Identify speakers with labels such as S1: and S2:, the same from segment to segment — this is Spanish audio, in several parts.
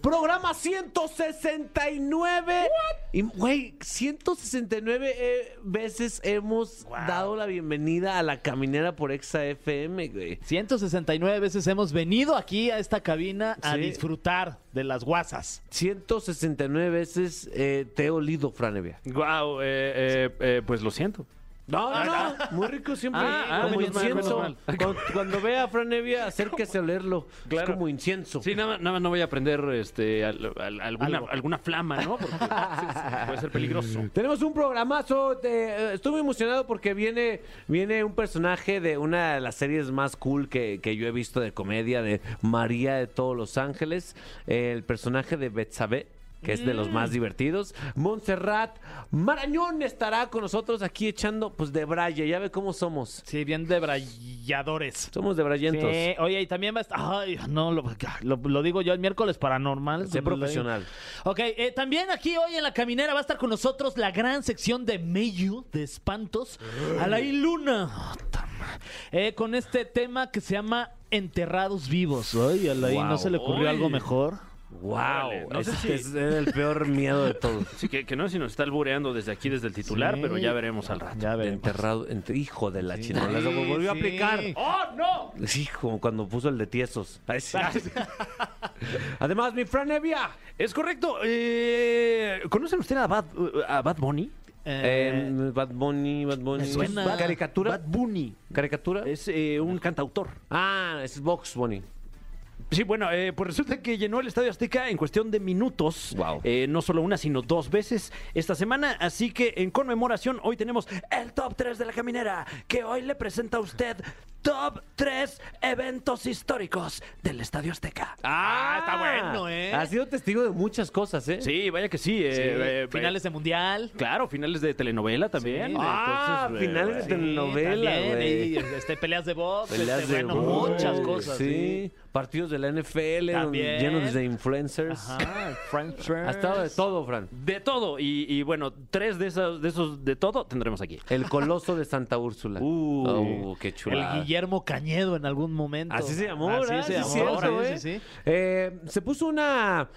S1: Programa 169. Y, Güey, 169 eh, veces hemos dado la bienvenida a la caminera por Exa FM, güey.
S2: 169 veces hemos venido aquí a esta cabina a
S1: Sí.
S2: disfrutar de las guasas.
S1: 169 veces eh, te he olido, Franevia.
S3: Wow, pues lo siento.
S1: No, no, no. Ah, Muy rico siempre.
S3: Ah, ah,
S1: como
S3: menos mal,
S1: incienso.
S3: menos
S1: Cuando, cuando vea a Franevia, acérquese a olerlo. Es
S3: Claro.
S1: como incienso.
S3: Sí, nada, más- nada más no voy a prender este, al- al- alguna,
S2: Algo.
S3: alguna flama, ¿no? Porque pues, sí, sí, puede ser peligroso.
S1: Tenemos un programazo. de- eh, estoy muy emocionado porque viene, viene un personaje de una de las series más cool que, que yo he visto de comedia, de María de todos los ángeles. El personaje de Betsabe, que es de los más divertidos. Montserrat Marañón estará con nosotros aquí echando pues de braille. Ya ve cómo somos.
S2: Sí, bien debrayadores.
S1: Somos de brayentos.
S2: Sí, oye, y también va a estar... Ay, no, lo, lo- lo digo yo el miércoles paranormal.
S1: Sé profesional.
S2: Ok, eh, también aquí hoy en La Caminera va a estar con nosotros la gran sección de Meyu, de espantos, Alain Luna. Puta madre. Eh, con este tema que se llama Enterrados Vivos. Ay, Alain, ¿no
S1: Wow.
S2: se le ocurrió
S3: Ay.
S2: algo mejor?
S1: Wow.
S3: no sé
S1: es-
S3: si-
S1: es- es el peor miedo de todos.
S3: Así que, que no sé si nos está albureando desde aquí, desde el titular,
S2: Sí.
S3: pero ya veremos al rato.
S2: Ya
S1: De
S2: veremos.
S1: enterrado, ent- hijo de la chingada,
S2: Sí,
S1: lo volvió
S2: sí.
S1: a aplicar.
S3: ¡Oh, no!
S1: Sí, como cuando puso el de tiesos. Ay, sí. Además, mi Fran Evia.
S3: Es correcto. eh, ¿Conocen usted a Bad, a Bad Bunny?
S2: Eh,
S1: Eh, Bad Bunny, Bad Bunny.
S2: me suena.
S1: ¿Bad- ¿Caricatura?
S3: Bad Bunny.
S1: ¿Caricatura?
S3: Es eh, un cantautor.
S1: Ah, es Box Bunny.
S3: Sí, bueno, eh, pues resulta que llenó el Estadio Azteca en cuestión de minutos.
S1: Wow.
S3: Eh, no solo una, sino dos veces esta semana. Así que en conmemoración, hoy tenemos el Top 3 de la Caminera, que hoy le presenta a usted Top 3 eventos históricos del Estadio Azteca.
S1: Ah,
S2: está bueno, ¿eh?
S1: Ha sido testigo de muchas cosas, ¿eh?
S3: Sí, vaya que sí. eh, eh,
S2: finales de mundial.
S3: eh, Claro, finales de telenovela también.
S2: Sí,
S1: Ah,
S3: Entonces, eh,
S1: finales de telenovela,
S2: también,
S1: güey.
S2: y, este, peleas de box,
S1: Peleas
S2: este,
S1: de
S2: bueno,
S1: box,
S2: muchas cosas.
S1: Sí.
S2: Sí.
S1: Partidos de la NFL
S2: También.
S1: llenos de influencers.
S2: Ajá, French
S1: Ha estado de todo, Fran.
S3: De todo. Y, y bueno, tres de esos, de esos de todo tendremos aquí.
S1: El coloso de Santa Úrsula.
S3: Uh.
S1: oh, qué chulada.
S2: El Guillermo Cañedo en algún momento.
S1: Así se llamó,
S2: Así
S1: ¿verdad?
S2: se
S1: Sí,
S2: llamó.
S1: cierto,
S2: sí,
S1: ¿eh?
S2: sí, sí.
S1: Eh, se puso una,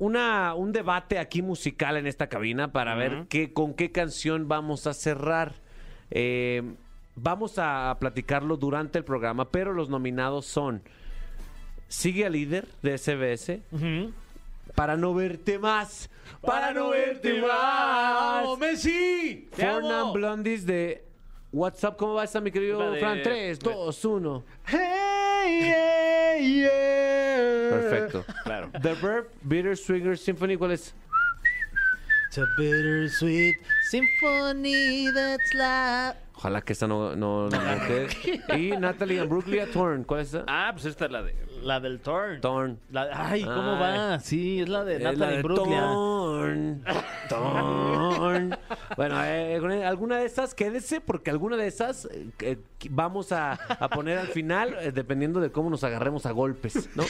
S1: una, un debate aquí musical en esta cabina para ver qué, con qué canción vamos a cerrar. Eh, vamos a platicarlo durante el programa, pero los nominados son Sigue al líder de SBS,
S2: Ujú.
S1: Para no verte más, para no verte más.
S2: ¡Vamos, Messi! ¡Te
S1: Fornan
S2: amo!
S1: Blondies de WhatsApp, ¿cómo va esta, mi querido
S3: La de-
S1: Fran? 3, 2, 1.
S2: Hey, hey, yeah.
S1: Perfecto.
S3: Claro.
S1: The Verb, Bitter Swinger Symphony, ¿cuál es?
S2: It's a bittersweet symphony that's love.
S1: Ojalá que esta no, no, no me quede. Y Natalie and Brooklyn Torn, ¿cuál es esa?
S3: Ah, pues esta es la de.
S2: La del turn.
S1: Torn.
S2: La- ay, ¿cómo
S1: Ay.
S2: va? Sí, es la de
S1: Es la
S2: Natalie
S1: de
S2: Bruglia.
S1: Torn. Torn. Bueno, eh, con alguna de esas, quédese, porque alguna de esas eh, eh, vamos a, a poner al final, eh, dependiendo de cómo nos agarremos a golpes, ¿no?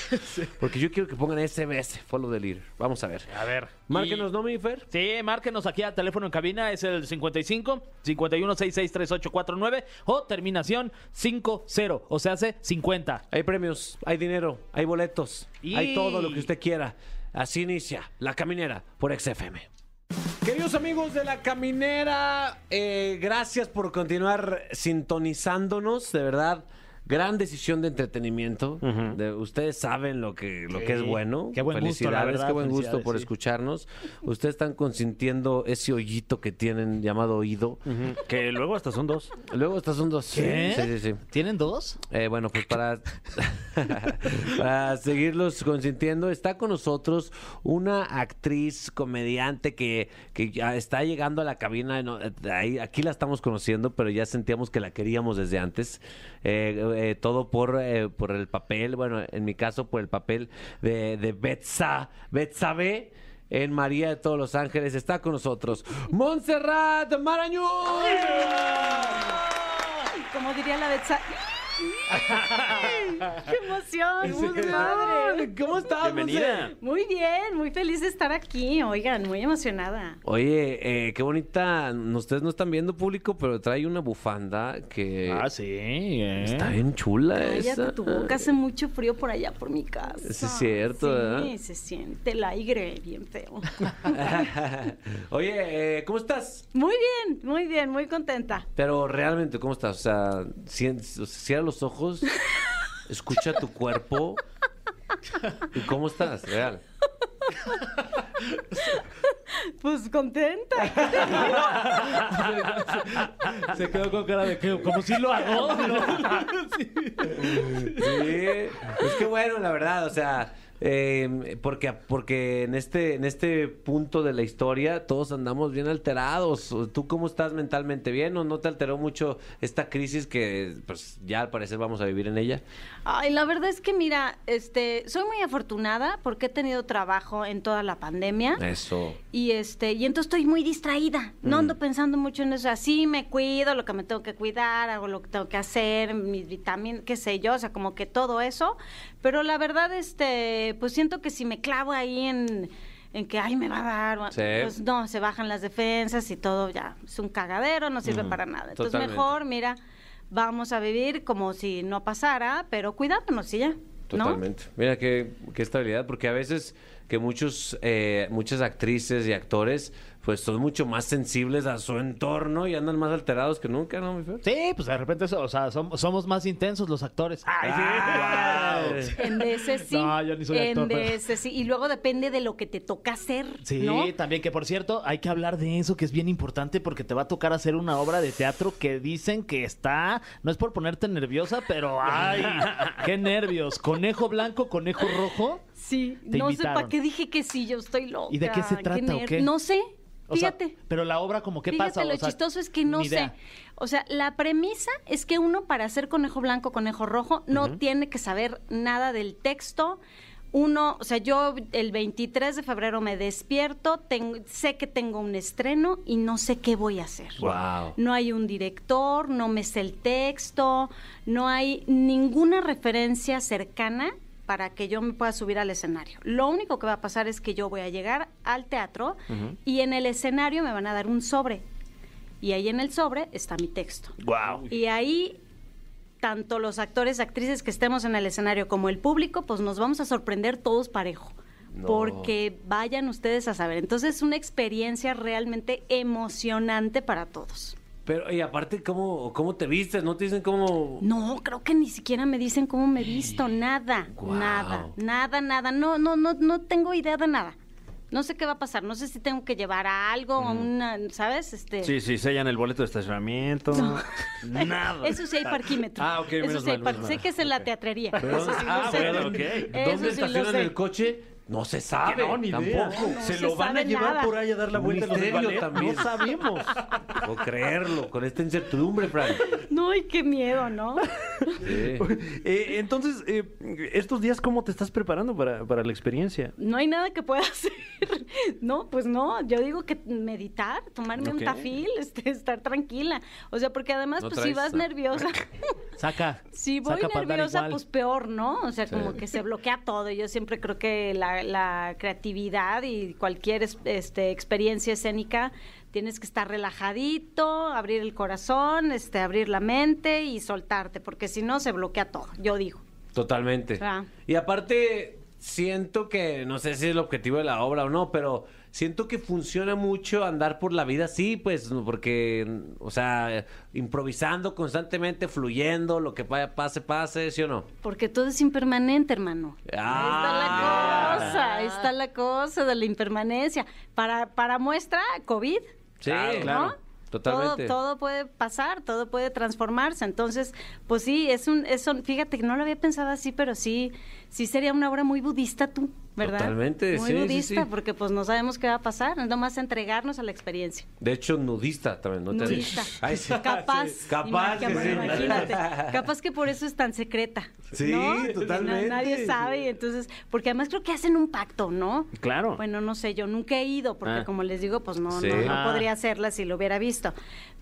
S1: Porque yo quiero que pongan SBS, follow the leader. E. Vamos a ver.
S2: A ver.
S1: Márquenos, ¿no, mi Fer?
S2: Sí, márquenos aquí a teléfono en cabina, es el 55 51 66 3849 o terminación 50, o sea, hace 50.
S1: Hay premios, hay dinero, hay boletos,
S2: Y-
S1: hay todo lo que usted quiera. Así inicia La Caminera por XFM. Queridos amigos de La Caminera, eh, gracias por continuar sintonizándonos, de verdad. Gran decisión de entretenimiento. De- ustedes saben lo que, lo que es bueno.
S2: Qué buen gusto, la
S1: Felicidades,
S2: verdad,
S1: qué buen gusto
S2: felicidades,
S1: por
S2: sí.
S1: escucharnos. Ustedes están consintiendo ese hoyito que tienen llamado oído.
S3: Que luego hasta son dos.
S1: Luego estas son dos.
S2: ¿Qué?
S1: Sí, sí, sí.
S2: ¿Tienen dos?
S1: Eh, bueno, pues para, para seguirlos consintiendo, está con nosotros una actriz, comediante que, que ya está llegando a la cabina. no, eh, ahí- aquí la estamos conociendo, pero ya sentíamos que la queríamos desde antes. Eh, eh, todo por, eh, por el papel, bueno, en mi caso, por el papel de, de Betsa, Betsa B. En María de Todos los Ángeles está con nosotros Montserrat Marañón.
S4: Como diría la Betsa. ¡Qué emoción!
S2: Sí.
S4: ¡Qué padre!
S1: ¿Cómo estás,
S3: Bienvenida.
S4: Muy bien, muy feliz de estar aquí. Oigan, muy emocionada.
S1: Oye, eh, qué bonita. Ustedes no están viendo público, pero trae una bufanda que
S2: Ah, sí. ¿eh?
S1: está bien chula
S4: Cállate
S1: esa.
S4: tu boca, hace mucho frío por allá por mi casa.
S1: Sí, es cierto,
S4: Sí,
S1: ¿verdad?
S4: se siente el aire bien feo.
S1: Oye, eh, ¿cómo estás?
S4: Muy bien, muy bien, muy contenta.
S1: Pero realmente, ¿cómo estás? O sea, cien- o sea, cierra los ojos, escucha tu cuerpo. ¿Y cómo estás? Real.
S4: Pues contenta.
S2: Se quedó con cara de que, como si lo hago. ¿no? Sí.
S1: Sí. Es que bueno, la verdad, o sea, eh, porque, porque en, este, en este punto de la historia todos andamos bien alterados. ¿Tú cómo estás mentalmente? ¿Bien o no te alteró mucho esta crisis que pues ya al parecer vamos a vivir en ella?
S4: Ay, la verdad es que mira, este, soy muy afortunada porque he tenido trabajo en toda la pandemia.
S1: Eso.
S4: Y este, y entonces estoy muy distraída. No ando
S1: Mm.
S4: pensando mucho en eso. Así me cuido, lo que me tengo que cuidar, hago lo que tengo que hacer, mis vitaminas, qué sé yo, o sea, como que todo eso. Pero la verdad, este, pues siento que si me clavo ahí en, en que ay me va a dar, o-
S1: Sí.
S4: pues no, se bajan las defensas y todo ya. Es un cagadero, no sirve
S1: Ujú,
S4: para nada. Entonces
S1: totalmente.
S4: mejor, mira, vamos a vivir como si no pasara, pero cuidándonos y ya. ¿no?
S1: Totalmente. Mira qué, qué estabilidad, porque a veces que muchos, eh, muchas actrices y actores pues son mucho más sensibles a su entorno y andan más alterados que nunca, ¿no, mi Fer?
S2: Sí, pues de repente, so- o sea, som- somos más intensos los actores. Ah, ¡Ay,
S1: sí.
S4: En de ese sí.
S2: No, yo ni soy
S4: en
S2: actor,
S4: de
S2: pero-
S4: ese sí. Y luego depende de lo que te toca hacer.
S2: Sí,
S4: ¿no?
S2: también que por cierto, hay que hablar de eso que es bien importante porque te va a tocar hacer una obra de teatro que dicen que está, no es por ponerte nerviosa, pero ay, qué nervios, conejo blanco, conejo rojo.
S4: Sí,
S2: Te
S4: no sé
S2: invitaron.
S4: para qué dije que sí, yo estoy loca.
S2: ¿Y de qué se trata o
S4: ner-
S2: qué?
S4: No sé,
S2: O sea,
S4: fíjate.
S2: pero la obra como qué
S4: Fíjate,
S2: pasa,
S4: lo
S2: O sea,
S4: chistoso es que no
S2: ni
S4: sé.
S2: idea.
S4: O sea, la premisa es que uno para ser conejo blanco, conejo rojo, no tiene que saber nada del texto. Uno, o sea, yo el 23 de febrero me despierto, tengo- sé que tengo un estreno y no sé qué voy a hacer.
S1: Wow.
S4: No hay un director, no me sé el texto, no hay ninguna referencia cercana para que yo me pueda subir al escenario. Lo único que va a pasar es que yo voy a llegar al teatro y en el escenario me van a dar un sobre. Y ahí en el sobre está mi texto.
S3: Wow.
S4: Y ahí tanto los actores, actrices que estemos en el escenario como el público, pues nos vamos a sorprender todos parejo.
S1: No.
S4: Porque vayan ustedes a saber. Entonces es una experiencia realmente emocionante para todos.
S1: Pero, y aparte, ¿cómo, cómo te vistes? ¿No te dicen cómo...?
S4: No, creo que ni siquiera me dicen cómo me he visto, nada,
S1: Guau.
S4: nada, nada, nada. No, no, no, no tengo idea de nada. No sé qué va a pasar, no sé si tengo que llevar a algo, a
S1: Mm.
S4: una, ¿sabes? Este,
S3: Sí, sí, sellan el boleto de estacionamiento. Nada.
S4: Eso sí hay parquímetro.
S1: Ah, ok,
S4: Eso
S1: menos
S4: sí hay
S1: mal,
S4: par-
S1: menos
S4: Sé
S1: mal.
S4: que es en la teatrería.
S1: Pero-
S4: Eso sí lo
S1: ah,
S4: sé.
S1: bueno, ok.
S4: Eso
S1: ¿Dónde
S4: sí lo
S1: estacionan
S4: sé.
S1: el coche? No se sabe.
S3: Que Ah, no, ni idea.
S1: Tampoco.
S4: No
S3: se
S4: se
S3: lo van a
S4: sabe
S3: llevar
S4: nada.
S3: por ahí a dar la
S1: Un
S3: vuelta los del
S1: misterio
S3: ballet.
S1: también.
S3: No sabemos.
S1: No creerlo, con esta incertidumbre, Frank.
S4: No, y qué miedo, ¿no?
S1: Sí.
S3: Eh, entonces, eh, estos días, ¿cómo te estás preparando para, para la experiencia?
S4: No hay nada que pueda hacer. No, pues no. Yo digo que meditar, tomarme
S3: Ok.
S4: un tafil, este, estar tranquila. O sea, porque además,
S1: No
S4: pues si
S1: traes,
S4: vas
S1: ah.
S4: nerviosa,
S2: Saca.
S4: si voy
S2: saca para andar
S4: nerviosa,
S2: igual.
S4: pues peor, ¿no? O sea,
S1: Sí.
S4: como que se bloquea todo. Yo siempre creo que la, la creatividad y cualquier es- este, experiencia escénica tienes que estar relajadito, abrir el corazón, este, abrir la mente y soltarte, porque si no se bloquea todo. Yo digo.
S1: Totalmente.
S4: Ah.
S1: Y aparte, siento que, no sé si es el objetivo de la obra o no, pero siento que funciona mucho andar por la vida así, pues, no, porque, o sea, improvisando constantemente, fluyendo, lo que vaya, pase, pase, ¿sí o no?
S4: Porque todo es impermanente, hermano.
S1: Ah.
S4: Ahí está la cosa, ahí está la cosa de la impermanencia. Para, para muestra, COVID.
S1: Sí,
S4: ¿no?
S1: claro. Totalmente.
S4: Todo, todo puede pasar, todo puede transformarse. Entonces, pues sí, es un, es un- fíjate que no lo había pensado así, pero sí, sí sería una obra muy budista tú, ¿verdad?
S1: Totalmente,
S4: Muy
S1: sí, sí,
S4: budista,
S1: sí.
S4: porque pues no sabemos qué va a pasar, es nomás entregarnos a la experiencia.
S1: De hecho, nudista también, ¿no? te
S4: Nudista.
S1: Ay, sí.
S4: Capaz.
S1: Sí. Capaz. que
S4: imagínate,
S1: sí.
S4: imagínate. Capaz que por eso es tan secreta.
S1: Sí,
S4: ¿no? Que na-
S1: totalmente.
S4: Nadie sabe, y entonces, porque además creo que hacen un pacto, ¿no?
S3: Claro.
S4: Bueno, no sé, yo nunca he ido, porque
S3: Ah.
S4: como les digo, pues no,
S1: Sí.
S4: no, no
S2: Ah.
S4: podría hacerla si lo hubiera visto.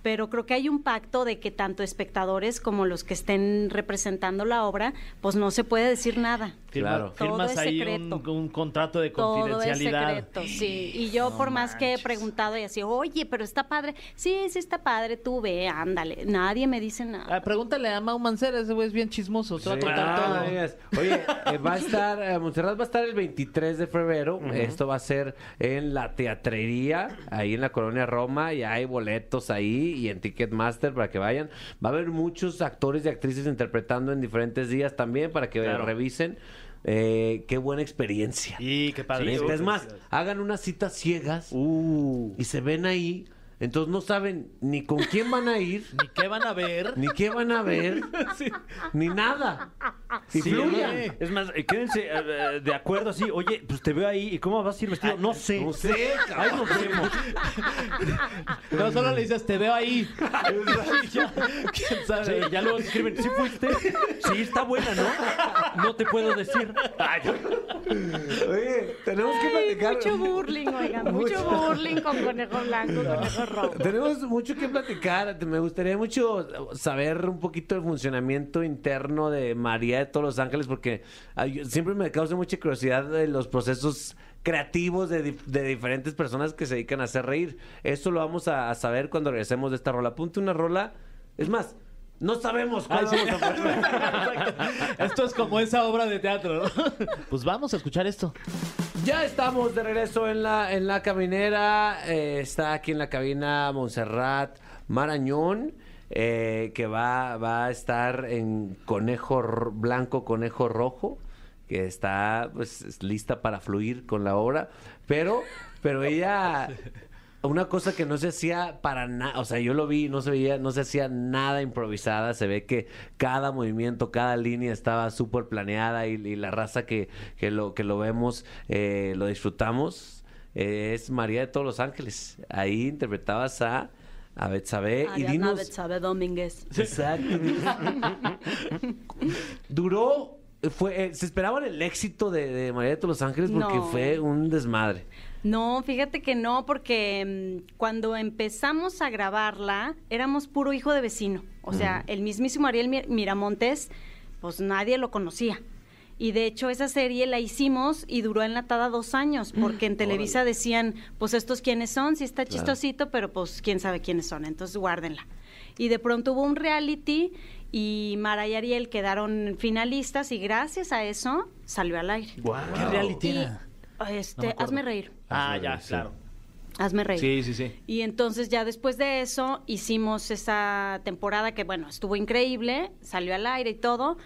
S4: pero creo que hay un pacto de que tanto espectadores como los que estén representando la obra, pues no se puede decir nada.
S2: Firma-
S1: Claro.
S4: Todo
S2: Firmas
S4: es
S2: ahí un,
S4: secreto.
S2: un contrato de
S4: Todo es
S2: confidencialidad.
S4: secreto, sí. Y yo, por más que he
S2: manches.
S4: preguntado y así, oye, pero está padre. Sí, sí está padre, tú ve, ándale. Nadie me dice nada.
S2: Ah, pregúntale a Mau Mancera, ese güey es bien chismoso, te va a
S1: Sí.
S2: contar
S1: Ah,
S2: todo.
S1: no digas. Oye, eh, va a estar, eh, Montserrat va a estar el 23 de febrero. Esto va a ser en la teatrería, ahí en la colonia Roma. Y hay boletos ahí y en Ticketmaster para que vayan. Va a haber muchos actores y actrices interpretando en diferentes días también para que
S2: Claro.
S1: revisen. Eh, qué buena experiencia.
S2: Y qué padre.
S3: Este, pues.
S1: Neta, es más, hagan unas citas ciegas
S2: Uh,
S1: y se ven ahí. Entonces no saben ni con quién van a ir,
S2: ¿Y qué van a ver?
S1: ni qué van a ver, ni nada. Y
S3: Sí,
S1: fluyan.
S3: ¿no? Es más, eh, quédense eh, de acuerdo así. Oye, pues te veo ahí. ¿Y cómo vas a ir vestido? No sé.
S1: No sé,
S3: Ahí nos vemos.
S2: No, solo le dices, te veo ahí. ¿Quién sabe?
S3: Sí, ya luego te escriben. ¿Sí fuiste? Sí, está buena, ¿no? No te puedo decir. Ay,
S1: Oye, tenemos que
S4: Ay,
S1: platicar.
S4: mucho burling, oigan, mucho burling con conejo blanco, conejo rojo.
S1: Tenemos mucho que platicar. Me gustaría mucho saber un poquito el funcionamiento interno de María de todos los ángeles, porque ay, siempre me causa mucha curiosidad de los procesos creativos de, dif- de diferentes personas que se dedican a hacer reír. Esto lo vamos a, a saber cuando regresemos de esta rola. Ponte una rola. Es más, no sabemos cuál
S2: Ay, sí.
S1: vamos a poner.
S2: Exacto. Esto es como esa obra de teatro. ¿no? Pues vamos a escuchar esto.
S1: Ya estamos de regreso en la, en la caminera. Eh, está aquí en la cabina Montserrat Marañón, eh, que va, va a estar en conejo r- blanco, conejo rojo, que está pues, es lista para fluir con la obra. Pero, pero ella, una cosa que no se hacía para nada, o sea, yo lo vi, no se veía, no se hacía nada improvisada, se ve que cada movimiento, cada línea estaba súper planeada y, y la raza que, que lo, que lo vemos, eh, lo disfrutamos, eh, es María de todos los ángeles. Ahí interpretabas a, a Betsabe Eh, y
S4: Ariadna
S1: dinos...
S4: Betsabe Domínguez.
S1: Exacto. Duró, fue, eh, se esperaban el éxito de, de María de todos los ángeles porque
S4: No.
S1: fue un desmadre.
S4: No, fíjate que no, porque mm, cuando empezamos a grabarla, éramos puro hijo de vecino. O sea, el mismísimo Ariel Mi- Miramontes, pues nadie lo conocía. Y de hecho esa serie la hicimos y duró enlatada dos años,
S2: Mm.
S4: porque en Televisa decían, pues estos quiénes son, sí está chistosito, pero pues quién sabe quiénes son, entonces guárdenla. Y de pronto hubo un reality y Mara y Ariel quedaron finalistas y gracias a eso salió al aire.
S2: ¿Qué reality era?
S4: Y,
S2: No me
S4: este,
S2: acuerdo.
S4: hazme reír.
S2: Ah, ya, claro.
S4: Hazme reír.
S2: Sí, sí, sí.
S4: Y entonces ya después de eso hicimos esa temporada que, bueno, estuvo increíble, salió al aire y todo.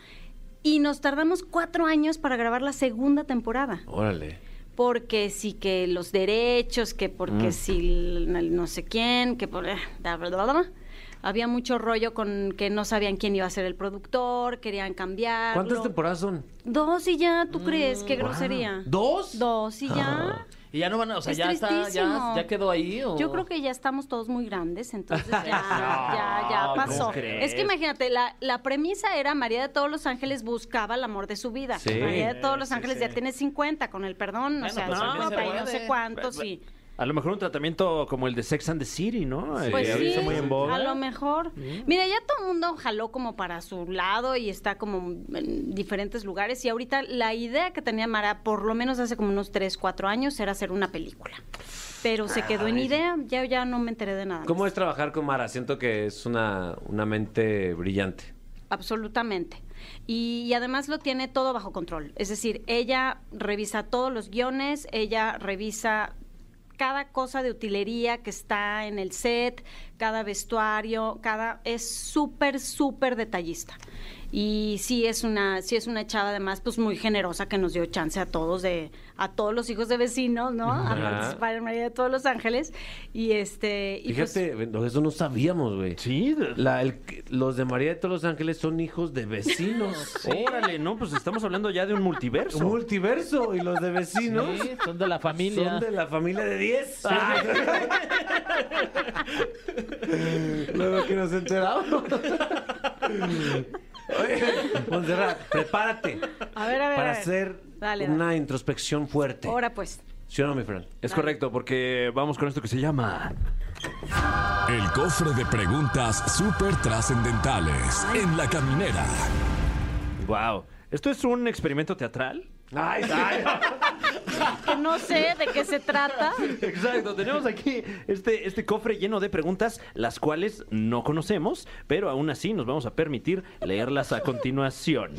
S4: Y nos tardamos cuatro años para grabar la segunda temporada.
S1: Órale.
S4: Porque sí que los derechos, que porque
S1: Mm.
S4: si el- el no sé quién, que por... eh, da, bla, bla, bla. Había mucho rollo con que no sabían quién iba a ser el productor, querían cambiar.
S1: ¿Cuántas temporadas son?
S4: Dos y ya, ¿tú crees? ¿Qué grosería?
S1: ¿Dos? Ah.
S4: Dos y ya.
S2: Y ya no van a, o sea,
S4: Es
S2: ya está, ya,
S4: tristísimo.
S2: ya quedó ahí. ¿o?
S4: Yo creo que ya estamos todos muy grandes, entonces ya, ya, ya
S2: No,
S4: pasó.
S2: ¿cómo crees?
S4: Es que imagínate, la, la premisa era María de todos los ángeles buscaba el amor de su vida.
S1: Sí.
S4: María de todos los
S2: Sí,
S4: ángeles
S2: sí.
S4: ya tiene 50, con el perdón,
S2: Bueno,
S4: o sea,
S2: pues también se
S4: 50 y no
S2: puede.
S4: sé cuántos y...
S3: A lo mejor un tratamiento como el de Sex and the City, ¿no? Eh,
S4: Pues
S3: ahorita
S4: sí,
S3: muy en boga.
S4: a lo mejor.
S2: Mm.
S4: Mira, ya todo el mundo jaló como para su lado y está como en diferentes lugares. Y ahorita la idea que tenía Mara, por lo menos hace como unos 3, 4 años, era hacer una película. Pero se quedó en idea, ya, ya no me enteré de nada.
S1: ¿Cómo
S4: más.
S1: es trabajar con Mara? Siento que es una, una mente brillante.
S4: Absolutamente. Y, y además lo tiene todo bajo control. Es decir, ella revisa todos los guiones, ella revisa cada cosa de utilería que está en el set, cada vestuario, cada es súper súper detallista. Y sí es una sí es una chava además pues muy generosa que nos dio chance a todos de a todos los hijos de vecinos, ¿no? A
S1: Ajá.
S4: participar en María de todos los Ángeles y este y pues,
S1: Fíjate, no, eso no sabíamos, güey.
S3: Sí, de-
S1: La- el- los de María de todos los ángeles son hijos de vecinos.
S3: órale, ¿no? Pues estamos hablando ya de un multiverso.
S1: Un multiverso y los de vecinos
S2: Sí, son de la familia.
S1: son de la familia de 10. Ah. Luego que nos enteramos. Oye, Montserrat, prepárate
S4: a ver a ver, a
S1: para
S4: ver.
S1: hacer
S4: Dale, dale.
S1: una este, introspección fuerte.
S4: Ahora pues.
S1: ¿Sí o no, mi friend?
S3: Es correcto, porque vamos con esto que se llama
S5: El cofre de preguntas súper trascendentales en la caminera.
S3: Wow. ¿Esto es un experimento teatral?
S1: Ay,
S4: Que no sé de qué se trata.
S3: Exacto, tenemos aquí este, este cofre lleno de preguntas, las cuales no conocemos, pero aún así nos vamos a permitir leerlas a continuación.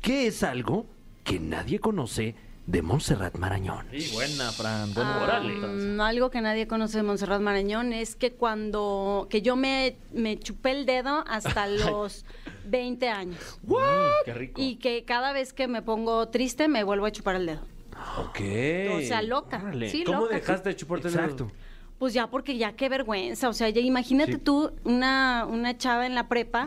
S3: ¿Qué es algo que nadie conoce de Montserrat Marañón?
S2: Sí, buena, Fran.
S4: Ah, mm, algo que nadie conoce de Montserrat Marañón es que cuando que yo me, me chupé el dedo hasta los 20 años
S2: Qué rico.
S4: y que cada vez que me pongo triste me vuelvo a chupar el dedo.
S3: Ok.
S4: O sea, loca.
S3: órale.
S4: Sí,
S1: ¿Cómo
S4: loca.
S1: dejaste de chuparte el dedo?
S3: Exacto.
S4: Pues ya, porque ya qué vergüenza. O sea, ya imagínate tú una, una chava en la prepa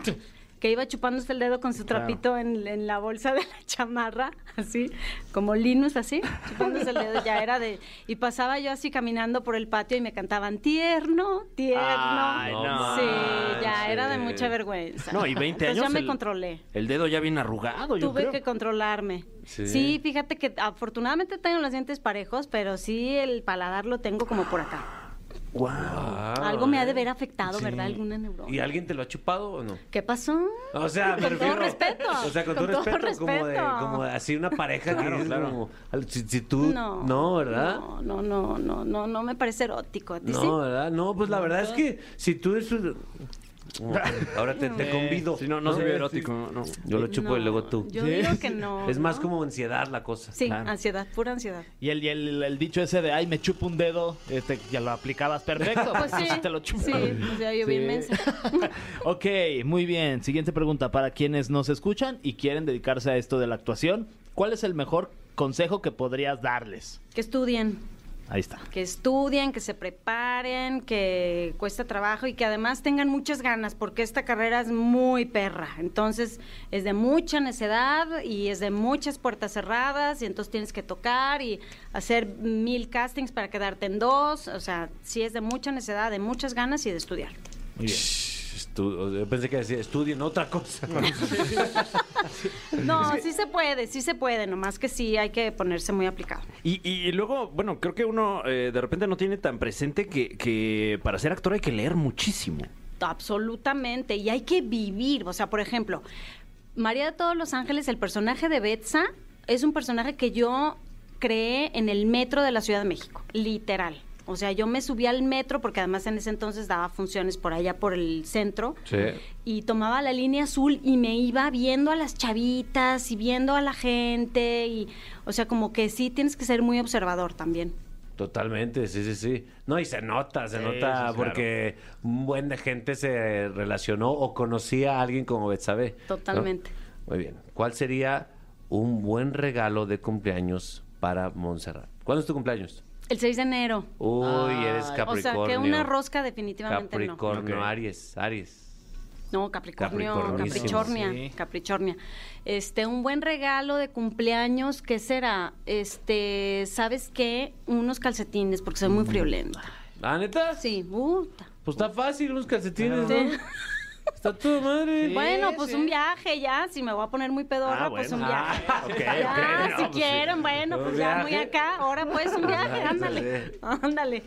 S4: que iba chupándose el dedo con su trapito en, en la bolsa de la chamarra, así, como Linus, así, chupándose el dedo. Ya era de. Y pasaba yo así caminando por el patio y me cantaban tierno, tierno.
S3: Ay, no
S4: sí, ya era de
S3: manches.
S4: mucha vergüenza.
S3: No, y 20 años.
S4: Entonces Pues ya me
S3: el-
S4: controlé.
S3: El dedo ya bien arrugado, yo
S4: Tuve
S3: creo.
S4: que controlarme.
S1: Sí.
S4: Sí. fíjate que afortunadamente tengo los dientes parejos, pero sí el paladar lo tengo como por acá.
S3: Wow.
S4: Algo me ha de haber afectado, ¿verdad?
S3: Sí.
S4: Alguna neurona.
S1: ¿Y alguien te lo ha chupado o no?
S4: ¿Qué pasó?
S1: O sea, me
S4: Con
S1: refiero-
S4: todo respeto.
S1: O sea, con,
S4: Con
S1: todo,
S4: todo
S1: respeto, Como, de,
S4: respeto.
S1: como de así una pareja que es
S3: claro.
S1: como al- si, si tú no, ¿verdad?
S4: No, no, no, no, no, no me parece erótico. ¿A ti
S1: No,
S4: sí?
S1: ¿verdad? No, pues la verdad es que si tú eres un- Ahora te, te convido.
S3: Si no, no se ve erótico. no.
S1: Yo lo chupo y
S4: No,
S1: luego tú.
S4: yo digo que no,
S1: Es más
S4: ¿no?
S1: como ansiedad la cosa.
S4: Sí, ansiedad, pura ansiedad.
S2: Y el, y el, el dicho ese de, ay, me chupo un dedo, este, ya lo aplicabas perfecto.
S4: Pues sí,
S2: te lo chupo.
S4: sí, o sea, yo bien mensa.
S2: ok, muy bien. Siguiente pregunta. Para quienes nos escuchan y quieren dedicarse a esto de la actuación, ¿cuál es el mejor consejo que podrías darles?
S4: Que estudien,
S2: Ahí está.
S4: que estudien, que se preparen, que cuesta trabajo y que además tengan muchas ganas, porque esta carrera es muy perra. Entonces, es de mucha necedad y es de muchas puertas cerradas, y entonces tienes que tocar y hacer mil castings para quedarte en dos. O sea, sí es de mucha necedad, de muchas ganas y de estudiar.
S2: Muy bien.
S1: Estu- yo pensé que decía, estudien otra cosa.
S4: No, sí se puede, sí se puede, nomás que sí hay que ponerse muy aplicado.
S3: Y, y luego, bueno, creo que uno eh, de repente no tiene tan presente que, que para ser actor hay que leer muchísimo.
S4: Absolutamente, y hay que vivir. O sea, por ejemplo, María de todos los Ángeles, el personaje de Betsa, es un personaje que yo creé en el metro de la Ciudad de México, literal. O sea, yo me subí al metro porque además en ese entonces daba funciones por allá por el centro y tomaba la línea azul y me iba viendo a las chavitas y viendo a la gente y o sea, como que sí tienes que ser muy observador también.
S1: Totalmente, sí, sí, sí. No, y se nota, se
S2: Sí,
S1: nota
S2: sí, claro.
S1: porque un buen de gente se relacionó o conocía a alguien como Betsabe. ¿no?
S4: Totalmente.
S1: Muy bien. ¿Cuál sería un buen regalo de cumpleaños para Montserrat? ¿Cuándo es tu cumpleaños?
S4: El 6 de enero.
S1: Uy,
S2: Ay,
S1: eres
S2: o sea, que
S4: Ah, O sea,
S1: Capricornio.
S4: que una rosca definitivamente no.
S1: Capricornio,
S3: Ok.
S1: Aries, Aries.
S4: No, Capricornio,
S1: Capricornísimo.
S4: Caprichornia,
S2: Sí.
S4: Caprichornia. Este, un buen regalo de cumpleaños, ¿qué será? Este, ¿sabes qué? Unos calcetines, porque soy muy
S3: Mm.
S4: friolenta.
S1: ¿Ah, neta?
S4: Sí, puta.
S2: Ah,
S1: Pues está fácil, unos calcetines,
S4: Sí.
S1: ¿no? Está todo madre.
S4: Bueno, pues
S2: sí.
S4: un viaje ya, si me voy a poner muy pedorra,
S3: Ah,
S4: pues
S3: bueno.
S4: un viaje.
S3: Ah, ok,
S4: ya,
S3: ok, no,
S4: si
S3: pues sí.
S4: quieren, bueno,
S1: Un
S4: pues ya muy
S1: viaje.
S4: acá, ahora pues un viaje,
S1: Ajá,
S4: ándale, ándale.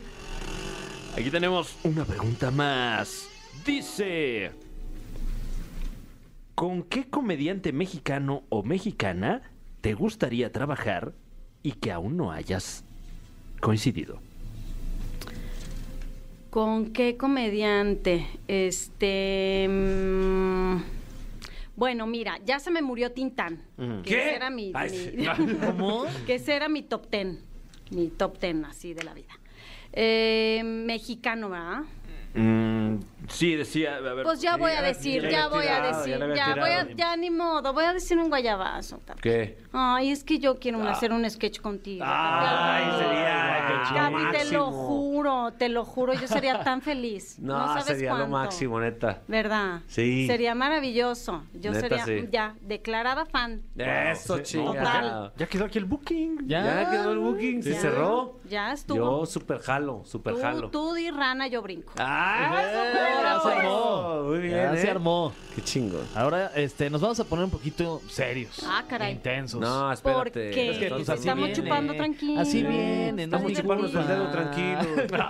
S3: Aquí tenemos una pregunta más. Dice: ¿Con qué comediante mexicano o mexicana te gustaría trabajar y que aún no hayas coincidido?
S4: ¿Con qué comediante? Este. mm, bueno, mira, ya se me murió Tintán. Que
S1: ¿Qué?
S4: ese era mi.
S1: Ay,
S4: mi-
S1: sí.
S2: ¿Cómo?
S4: que ese era mi top ten. Mi top ten, así de la vida. Eh, mexicano, ¿verdad?
S3: Mm, sí, decía. A ver,
S4: Pues ya voy a
S1: ya-
S4: decir,
S1: ya le
S4: ya
S1: había
S4: voy a
S1: tirado, ya
S4: decir,
S1: le había
S4: ya voy a,
S1: tirado.
S4: ya ni modo, voy a decir un guayabazo. Carlos.
S1: ¿Qué?
S4: Ay, es que yo quiero
S2: Ah.
S4: hacer un sketch contigo.
S1: Ay,
S4: Carlos.
S1: sería
S4: Gaby,
S1: lo
S4: te lo
S1: máximo.
S4: juro, te lo juro, yo sería tan feliz.
S1: No,
S4: No, sabes
S1: sería
S4: cuánto.
S1: lo máximo, neta.
S4: ¿Verdad?
S1: Sí.
S4: Sería maravilloso. Yo
S1: Neta,
S4: sería
S1: sí.
S4: ya declarada fan.
S1: Eso, chingada.
S3: ya quedó aquí el booking.
S2: Ya.
S1: Ya quedó el booking, se
S4: Ya,
S1: cerró.
S4: ya estuvo.
S1: Yo super jalo, super
S4: Tú,
S1: jalo.
S4: tú di rana, yo brinco.
S1: ¡Ah!
S2: Ya se armó.
S1: Muy bien,
S2: Ya
S1: ¿eh?
S2: se armó.
S1: ¡Qué chingón!
S2: Ahora este, nos vamos a poner un poquito serios.
S4: Ah, caray.
S2: e Intensos.
S1: No, Ah, espérate.
S4: Porque
S1: Entonces,
S2: pues así
S4: estamos
S2: viene.
S4: chupando tranquilos.
S2: Así viene, no
S4: Estamos
S2: nos
S1: Estamos
S2: chupamos
S1: chupando el
S4: divertidos.
S1: dedo tranquilo.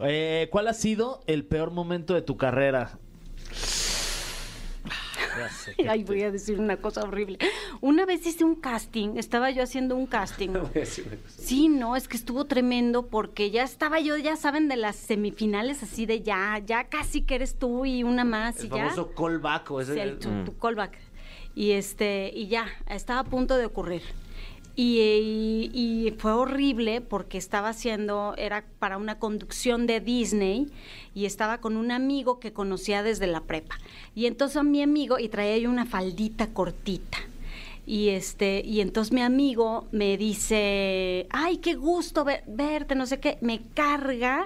S2: Eh, ¿Cuál ha sido el peor momento de tu carrera? Ya sé que-
S4: Ay, voy a decir una cosa horrible. Una vez hice un casting, estaba yo haciendo un casting. Sí, no, es que estuvo tremendo porque ya estaba yo, ya saben, de las semifinales así de ya, ya casi que eres tú y una más
S1: El
S4: y ya.
S1: famoso callback o
S3: pues,
S1: ese.
S4: Sí,
S3: eh,
S4: el- tu, tu callback. Y este, y ya, estaba a punto de ocurrir. Y, eh, y- y fue horrible porque estaba haciendo, era para una conducción de Disney y estaba con un amigo que conocía desde la prepa. Y entonces mi amigo, y traía yo una faldita cortita. Y este, y entonces mi amigo me dice, ay, qué gusto ver- verte, no sé qué, me carga,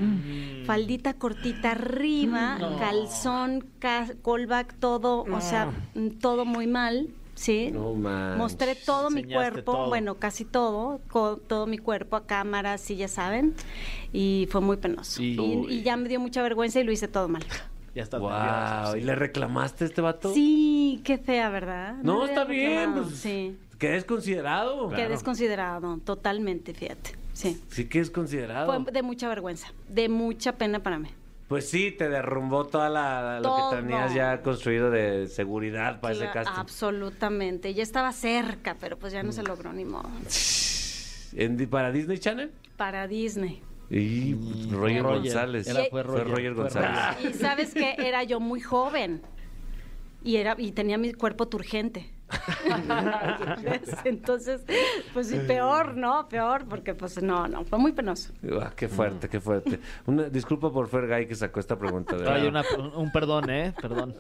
S4: faldita cortita arriba, calzón, ca- callback, todo,
S1: Ah.
S4: o sea, mm, todo muy mal, ¿sí?
S1: No manches.
S4: Mostré todo mi
S2: Enseñaste
S4: cuerpo,
S2: todo.
S4: bueno, casi todo, co- todo mi cuerpo a cámara, sí, ya saben, y fue muy penoso.
S2: Sí.
S4: Y, y ya me dio mucha vergüenza y lo hice todo mal.
S2: Ya está.
S1: Wow, ¿y le reclamaste a este vato?
S4: Sí, qué fea, ¿verdad?
S1: No,
S4: le había
S1: está bien.
S4: reclamado,
S1: Pues,
S4: Sí.
S1: Que es considerado.
S4: Qué desconsiderado, totalmente, fíjate. Sí.
S1: Sí que es considerado.
S4: Fue de mucha vergüenza, de mucha pena para mí.
S1: Pues sí, te derrumbó toda la, lo
S4: Todo.
S1: que tenías ya construido Pues, de seguridad para ese
S4: Cla- ah, pues.
S1: casting.
S4: Absolutamente. Ya estaba cerca, pero pues ya no se logró ni modo.
S1: En di- ¿Para Disney Channel?
S4: Para Disney.
S1: Y pues, Roger,
S2: Roger.
S1: González.
S2: Era-
S4: fue
S1: Roger,
S2: fue
S1: González.
S2: Roger.
S4: Y sabes que era yo muy joven. Y era, y tenía mi cuerpo turgente. ¿Ves? Entonces, pues sí, peor, ¿no? Peor, porque pues no, no, fue muy penoso.
S1: Ah, qué fuerte, qué fuerte. Una disculpa por Fergay que sacó esta pregunta. de
S2: Hay
S1: verdad.
S2: una- un- un perdón, ¿eh? Perdón.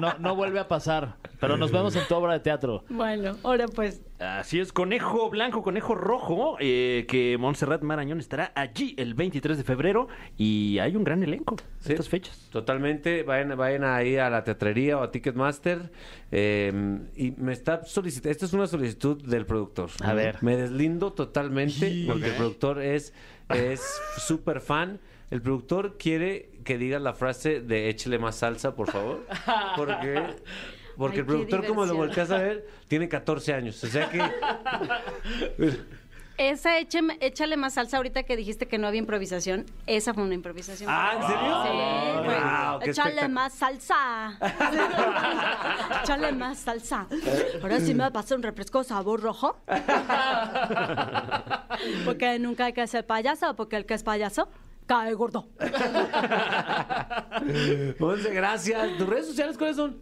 S2: No, no vuelve a pasar. Pero nos vemos en tu obra de teatro.
S4: Bueno, ahora pues.
S3: Así es, conejo blanco, conejo rojo, eh, que Montserrat Marañón estará allí el 23 de febrero y hay un gran elenco
S1: Sí.
S3: estas fechas.
S1: Totalmente, vayan, vayan ahí a la teatrería o a Ticketmaster. eh, y me está solicitando, esta es una solicitud del productor.
S2: A ver.
S1: Me deslindo totalmente
S2: Sí.
S1: porque el
S2: Ok.
S1: productor es es súper fan. El productor quiere que digas la frase de échele más salsa, por favor. Porque, porque
S4: Ay,
S1: el productor,
S4: qué
S1: como lo
S4: diversión.
S1: volteas a ver, tiene 14 años. O sea que
S4: Esa écheme- échale más salsa ahorita que dijiste que no había improvisación. Esa fue una improvisación.
S1: Ah, ¿en serio?
S4: Sí, güey.
S1: Wow, qué
S4: échale
S1: espectac-
S4: más salsa. échale más salsa. Ahora sí me va a pasar un refresco sabor rojo. Porque nunca hay que ser payaso, porque el que es payaso cae gordo.
S1: Monse, gracias. ¿Tus redes sociales cuáles son?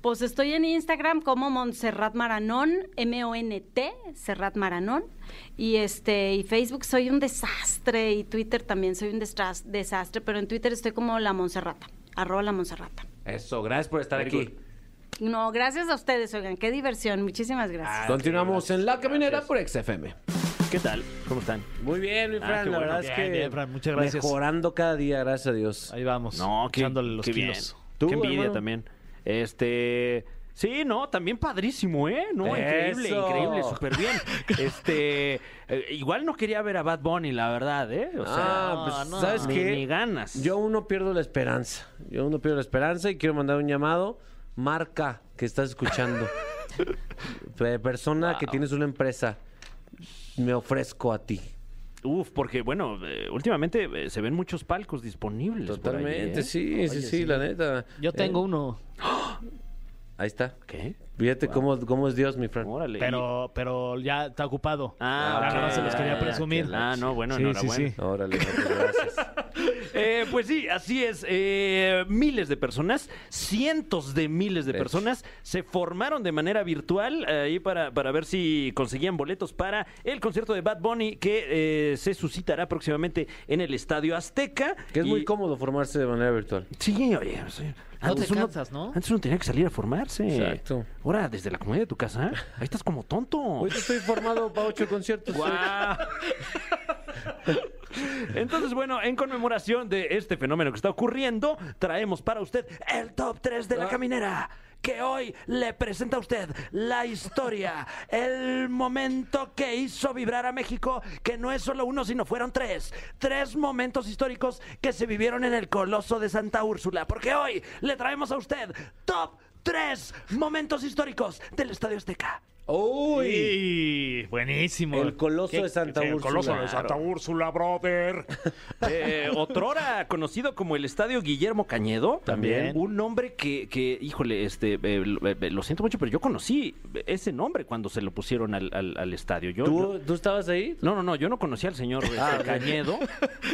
S4: Pues estoy en Instagram como Montserrat Maranón, M-O-N-T, Serrat Maranón. Y este, y Facebook soy un desastre, y Twitter también soy un desas- desastre, pero en Twitter estoy como la Monserrata, arroba la Monserrata.
S1: Eso, gracias por estar aquí.
S4: No, gracias a ustedes, oigan, qué diversión, muchísimas gracias.
S1: Continuamos en La Caminera por XFM.
S3: ¿Qué tal? ¿Cómo están?
S1: Muy bien, mi Fran.
S3: Ah, qué
S1: la
S3: bueno.
S1: verdad es que
S2: Bien, bien, Fran, muchas gracias.
S1: mejorando cada día, gracias a Dios.
S2: Ahí vamos.
S3: No, qué,
S2: echándole los
S3: qué bien.
S2: kilos.
S1: ¿Tú,
S3: qué envidia
S1: hermano?
S3: también. Este. Sí, no, también padrísimo, ¿eh? No, increíble,
S1: Eso.
S3: increíble, súper bien. Este, eh, igual no quería ver a Bad Bunny, la verdad, ¿eh? O sea,
S1: Ah, pues,
S3: no,
S1: ¿sabes
S3: ni-
S1: qué?
S3: ni ganas.
S1: Yo aún no pierdo la esperanza. Yo aún no pierdo la esperanza y quiero mandar un llamado. Marca que estás escuchando. Pe- Persona que tienes una empresa. Me ofrezco a ti.
S3: Uf, porque bueno, eh, últimamente eh, se ven muchos palcos disponibles. por ahí,
S1: Totalmente,
S3: ¿eh?
S1: sí, sí, sí, la neta.
S2: Yo
S1: Eh,
S2: tengo uno,
S1: ahí está.
S3: ¿Qué?
S1: Fíjate cómo, cómo es Dios, mi Fran.
S3: Órale.
S2: pero, pero ya está ocupado.
S3: Ah,
S2: Ya
S3: ok,
S2: nada más se los
S3: ya,
S2: quería
S3: ya, ya,
S2: presumir.
S3: que la- Ah, no, bueno,
S2: Sí, sí,
S3: enhorabuena.
S2: sí.
S1: Órale, muchas gracias.
S3: Eh, pues sí, así es. Eh, miles de personas, cientos de miles de
S1: De
S3: personas se formaron de manera virtual eh, ahí para, para ver si conseguían boletos para el concierto de Bad Bunny que eh, se suscitará próximamente en el Estadio Azteca.
S1: Que es muy
S3: Y-
S1: cómodo formarse de manera virtual.
S3: Sí, oye, o sea, antes
S2: te
S3: uno-
S2: cansas, ¿no?
S3: Antes uno tenía que salir a formarse.
S1: Exacto.
S3: Ahora, desde la comodidad de tu casa, ahí estás como tonto.
S1: Ahorita estoy formado para ocho conciertos.
S3: ¡Guau! Entonces, bueno, en conmemoración de este fenómeno que está ocurriendo, traemos para usted el top 3 de la caminera. Que hoy le presenta a usted la historia, el momento que hizo vibrar a México, que no es solo uno, sino fueron tres. Tres momentos históricos que se vivieron en el Coloso de Santa Úrsula. Porque hoy le traemos a usted top 3 momentos históricos del Estadio Azteca.
S1: Uy.
S2: Y buenísimo.
S1: El coloso de Santa
S2: sí, El
S1: Úrsula.
S2: coloso de Santa
S1: Claro.
S6: Úrsula, brother.
S3: Eh, otrora conocido como el Estadio Guillermo Cañedo.
S2: También.
S3: Un nombre que, que, híjole, este, eh, lo, eh, lo siento mucho, pero yo conocí ese nombre cuando se lo pusieron al, al- al estadio. Yo,
S1: ¿Tú, ¿Tú estabas ahí?
S3: No, no, no, yo no conocía al señor este, Cañedo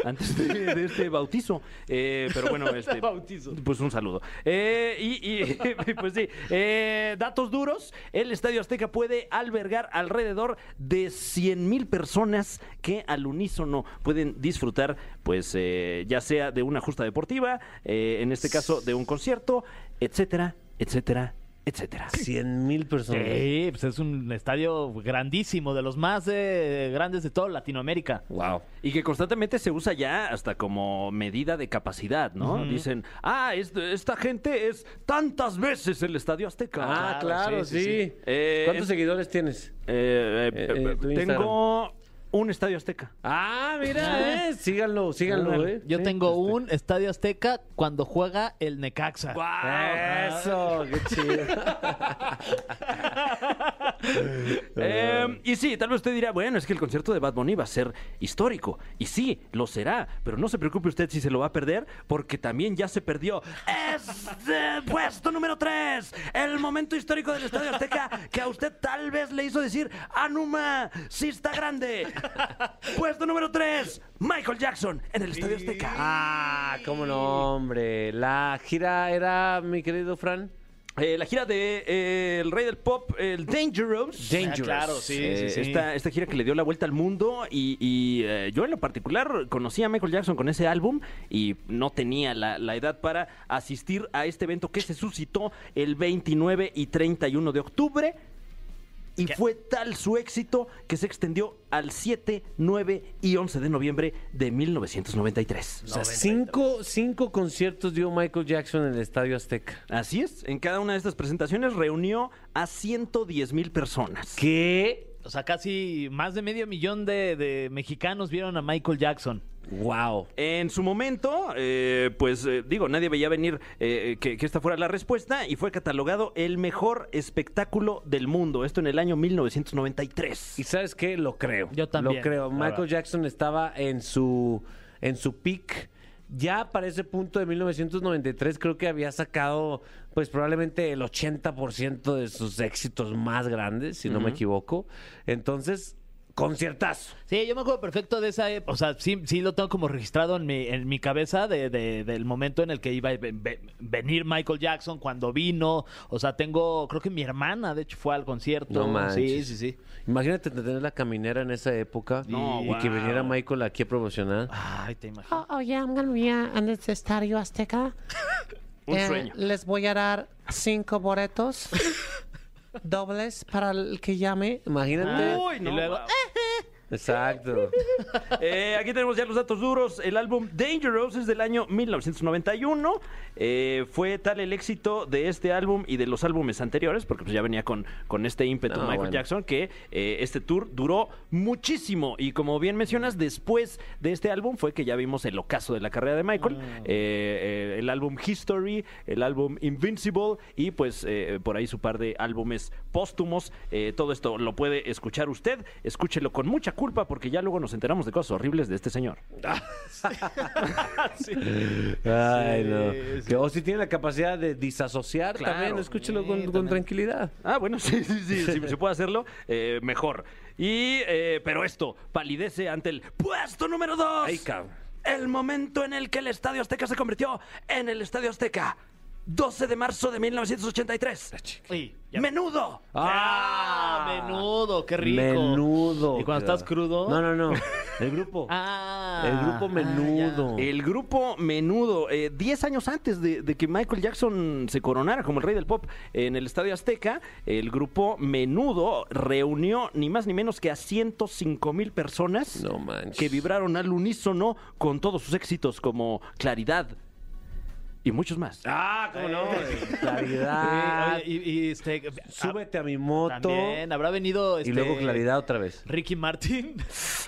S3: antes de, de este bautizo. Eh, pero bueno, este, pues un saludo. Eh, y, y, pues sí, eh, datos duros, el Estadio Azteca puede albergar alrededor de 100 mil personas que al unísono pueden disfrutar, pues eh, ya sea de una justa deportiva, eh, en este caso de un concierto, etcétera, etcétera, etcétera.
S1: Cien mil personas.
S2: Sí, pues es un estadio grandísimo, de los más eh, grandes de toda Latinoamérica.
S3: Wow. Y que constantemente se usa ya hasta como medida de capacidad, ¿no? Dicen, ah, es- esta gente es tantas veces el Estadio Azteca.
S1: Ah, claro, sí.
S3: Eh,
S1: ¿Cuántos
S3: es-
S1: seguidores tienes?
S3: Eh, eh,
S1: Eh,
S3: eh,
S1: eh, tu
S3: tengo un Estadio Azteca.
S1: Ah, mira, eh. Síganlo, síganlo, eh.
S2: Yo tengo un estadio azteca cuando juega el Necaxa.
S1: Ah, Eso, qué chido.
S3: Eh, y sí, tal vez usted dirá, bueno, es que el concierto de Bad Bunny va a ser histórico. Y sí, lo será. Pero no se preocupe usted si se lo va a perder, porque también ya se perdió. Es eh, puesto número 3. El momento histórico del Estadio Azteca que a usted tal vez le hizo decir, Anuma, sí está grande. puesto número 3. Michael Jackson en el Estadio Azteca.
S1: Ah, cómo no, hombre. La gira era, mi querido Fran.
S3: Eh, la gira de eh, el rey del pop, el Dangerous.
S1: Dangerous.
S2: ah, claro, sí,
S3: Eh,
S2: sí, sí.
S3: Esta, esta gira que le dio la vuelta al mundo y, y, eh, yo en lo particular conocí a Michael Jackson con ese álbum y no tenía la, la edad para asistir a este evento que se suscitó el 29 y 31 de octubre. Y fue tal su éxito que se extendió al 7, 9 y 11 de noviembre de 1993.
S1: O sea, cinco, cinco conciertos dio Michael Jackson en el Estadio Azteca.
S3: Así es, en cada una de estas presentaciones reunió a 110 mil personas.
S1: ¿Qué?
S2: O sea, casi más de medio millón de, de mexicanos vieron a Michael Jackson.
S1: Wow.
S3: En su momento, eh, pues eh, digo, nadie veía venir eh, que, que esta fuera la respuesta y fue catalogado el mejor espectáculo del mundo. Esto en el año
S1: ¿Y
S3: 1993.
S1: sabes qué? Lo creo.
S2: Yo también,
S1: Lo creo.
S2: la
S1: Michael
S2: verdad.
S1: Jackson estaba en su, en su peak. Ya para ese punto de 1993 creo que había sacado pues probablemente el 80% de sus éxitos más grandes, si no me equivoco. Entonces, conciertazo.
S2: Sí, yo me acuerdo perfecto de esa época. O sea, sí, sí lo tengo como registrado en mi, en mi cabeza de- de- del momento en el que iba a ve- ve- venir Michael Jackson, cuando vino. O sea, tengo, creo que mi hermana, de hecho, fue al concierto.
S1: No manches.
S2: Sí, sí, sí.
S1: Imagínate tener la caminera en esa época
S3: No,
S1: y
S3: wow.
S1: que viniera Michael aquí a promocionar.
S2: Ay, te imagino.
S7: Oh, oh, yeah, I'm gonna be uh, on this Estadio Azteca.
S3: Un
S7: Eh,
S3: sueño.
S7: Les voy a dar cinco boletos dobles para el que llame.
S1: Imagínate.
S3: Uy, no,
S2: y luego,
S3: wow.
S1: Ah. Exacto.
S3: Eh, aquí tenemos ya los datos duros. El álbum Dangerous es del año 1991. Eh, fue tal el éxito de este álbum y de los álbumes anteriores, porque pues ya venía con, con este ímpetu
S1: No,
S3: Michael
S1: bueno.
S3: Jackson, que eh, este tour duró muchísimo. Y como bien mencionas, después de este álbum fue que ya vimos el ocaso de la carrera de Michael. Eh, eh, el álbum History, el álbum Invincible y pues eh, por ahí su par de álbumes póstumos. Eh, todo esto lo puede escuchar usted. Escúchelo con mucha culpa porque ya luego nos enteramos de cosas horribles de este señor.
S1: Ay, no. Que- o si tiene la capacidad de disasociar también, escúchelo con, con tranquilidad.
S3: Ah, bueno, sí, sí, sí, si se puede hacerlo, eh, mejor. Y, eh, pero esto palidece ante el puesto número 2.
S1: Ay, cabrón.
S3: El momento en el que el Estadio Azteca se convirtió en el Estadio Azteca. 12 de marzo de 1983.
S2: uy, ya-
S3: Menudo.
S2: Ah, menudo, qué rico.
S1: Menudo.
S2: ¿Y cuando
S1: cabrón.
S2: estás crudo?
S1: No, no, no. El grupo.
S2: Ah,
S1: el grupo menudo.
S3: El grupo Menudo, eh, 10 años antes de, de que Michael Jackson se coronara como el rey del pop en el Estadio Azteca, el grupo Menudo reunió ni más ni menos que a 105 mil personas
S1: No manches.
S3: que vibraron al unísono con todos sus éxitos como Claridad y muchos más.
S1: Ah, cómo no.
S2: Ah,
S1: Claridad.
S2: Eh. oye, y, y, este,
S1: Súbete a mi moto.
S2: También habrá venido
S1: Y
S2: este,
S1: luego claridad otra vez.
S2: Ricky Martin.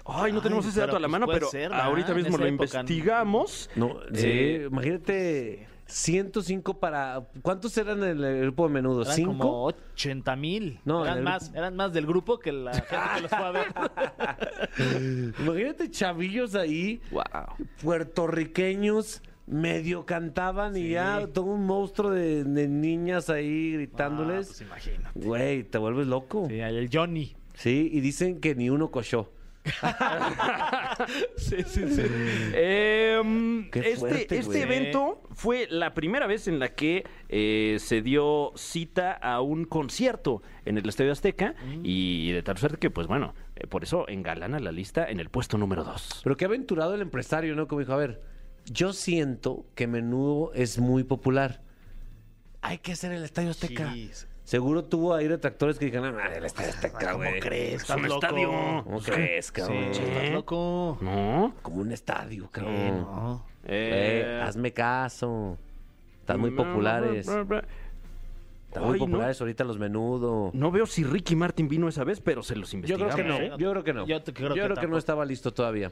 S3: Ay, no tenemos
S2: Ay,
S3: ese dato
S2: pero
S3: a la
S2: pues
S3: mano,
S2: puede
S3: pero
S2: ser, ¿verdad?
S3: ahorita
S2: En
S3: mismo
S2: esa
S3: lo
S2: época, ¿no?
S3: investigamos.
S1: No, sí,
S3: Eh,
S1: imagínate 105 para. ¿Cuántos eran en el grupo de menudo?
S2: Eran
S1: ¿Cinco?
S2: como 80 mil.
S1: No, en
S2: eran
S1: el
S2: más, eran más del grupo que la gente que los fue a ver.
S1: Imagínate chavillos ahí, puertorriqueños, medio cantaban y ya todo un monstruo de, de niñas ahí
S2: Ah,
S1: gritándoles.
S2: pues imagínate.
S1: Güey, te vuelves loco.
S2: Sí,
S1: Sí.
S2: ahí el Johnny.
S1: y dicen que ni uno cochó.
S2: Sí, sí, sí.
S3: Em,
S1: Qué
S3: este
S1: fuerte,
S3: este
S1: güey.
S3: evento fue la primera vez en la que eh, se dio cita a un concierto en el Estadio Azteca y de tal suerte que, pues bueno, eh, por eso engalana la lista en el puesto número 2.
S1: Pero qué aventurado el empresario, ¿no? Como dijo, a ver, yo siento que menudo es muy popular. Hay que hacer el Estadio Azteca.
S2: Jeez.
S1: Seguro tuvo ahí detractores que dijeron, ah, el Estadio Azteca,
S2: ¿Cómo
S1: güey.
S2: crees?
S3: Es un estadio.
S1: ¿Cómo crees, cabrón?
S2: Sí, estás loco. Eh,
S3: ¿No?
S1: Como un estadio, cabrón.
S2: No.
S1: Güey,
S3: Eh,
S1: hazme caso. Están
S2: Pues
S1: muy populares. Están muy
S3: Ay, no.
S1: populares ahorita los menudo.
S3: No veo si Ricky Martin vino esa vez, pero se los
S1: Yo creo
S3: investigamos.
S1: que no.
S3: ¿eh?
S1: Yo creo que no.
S2: Yo te creo que tampoco.
S1: no estaba listo todavía.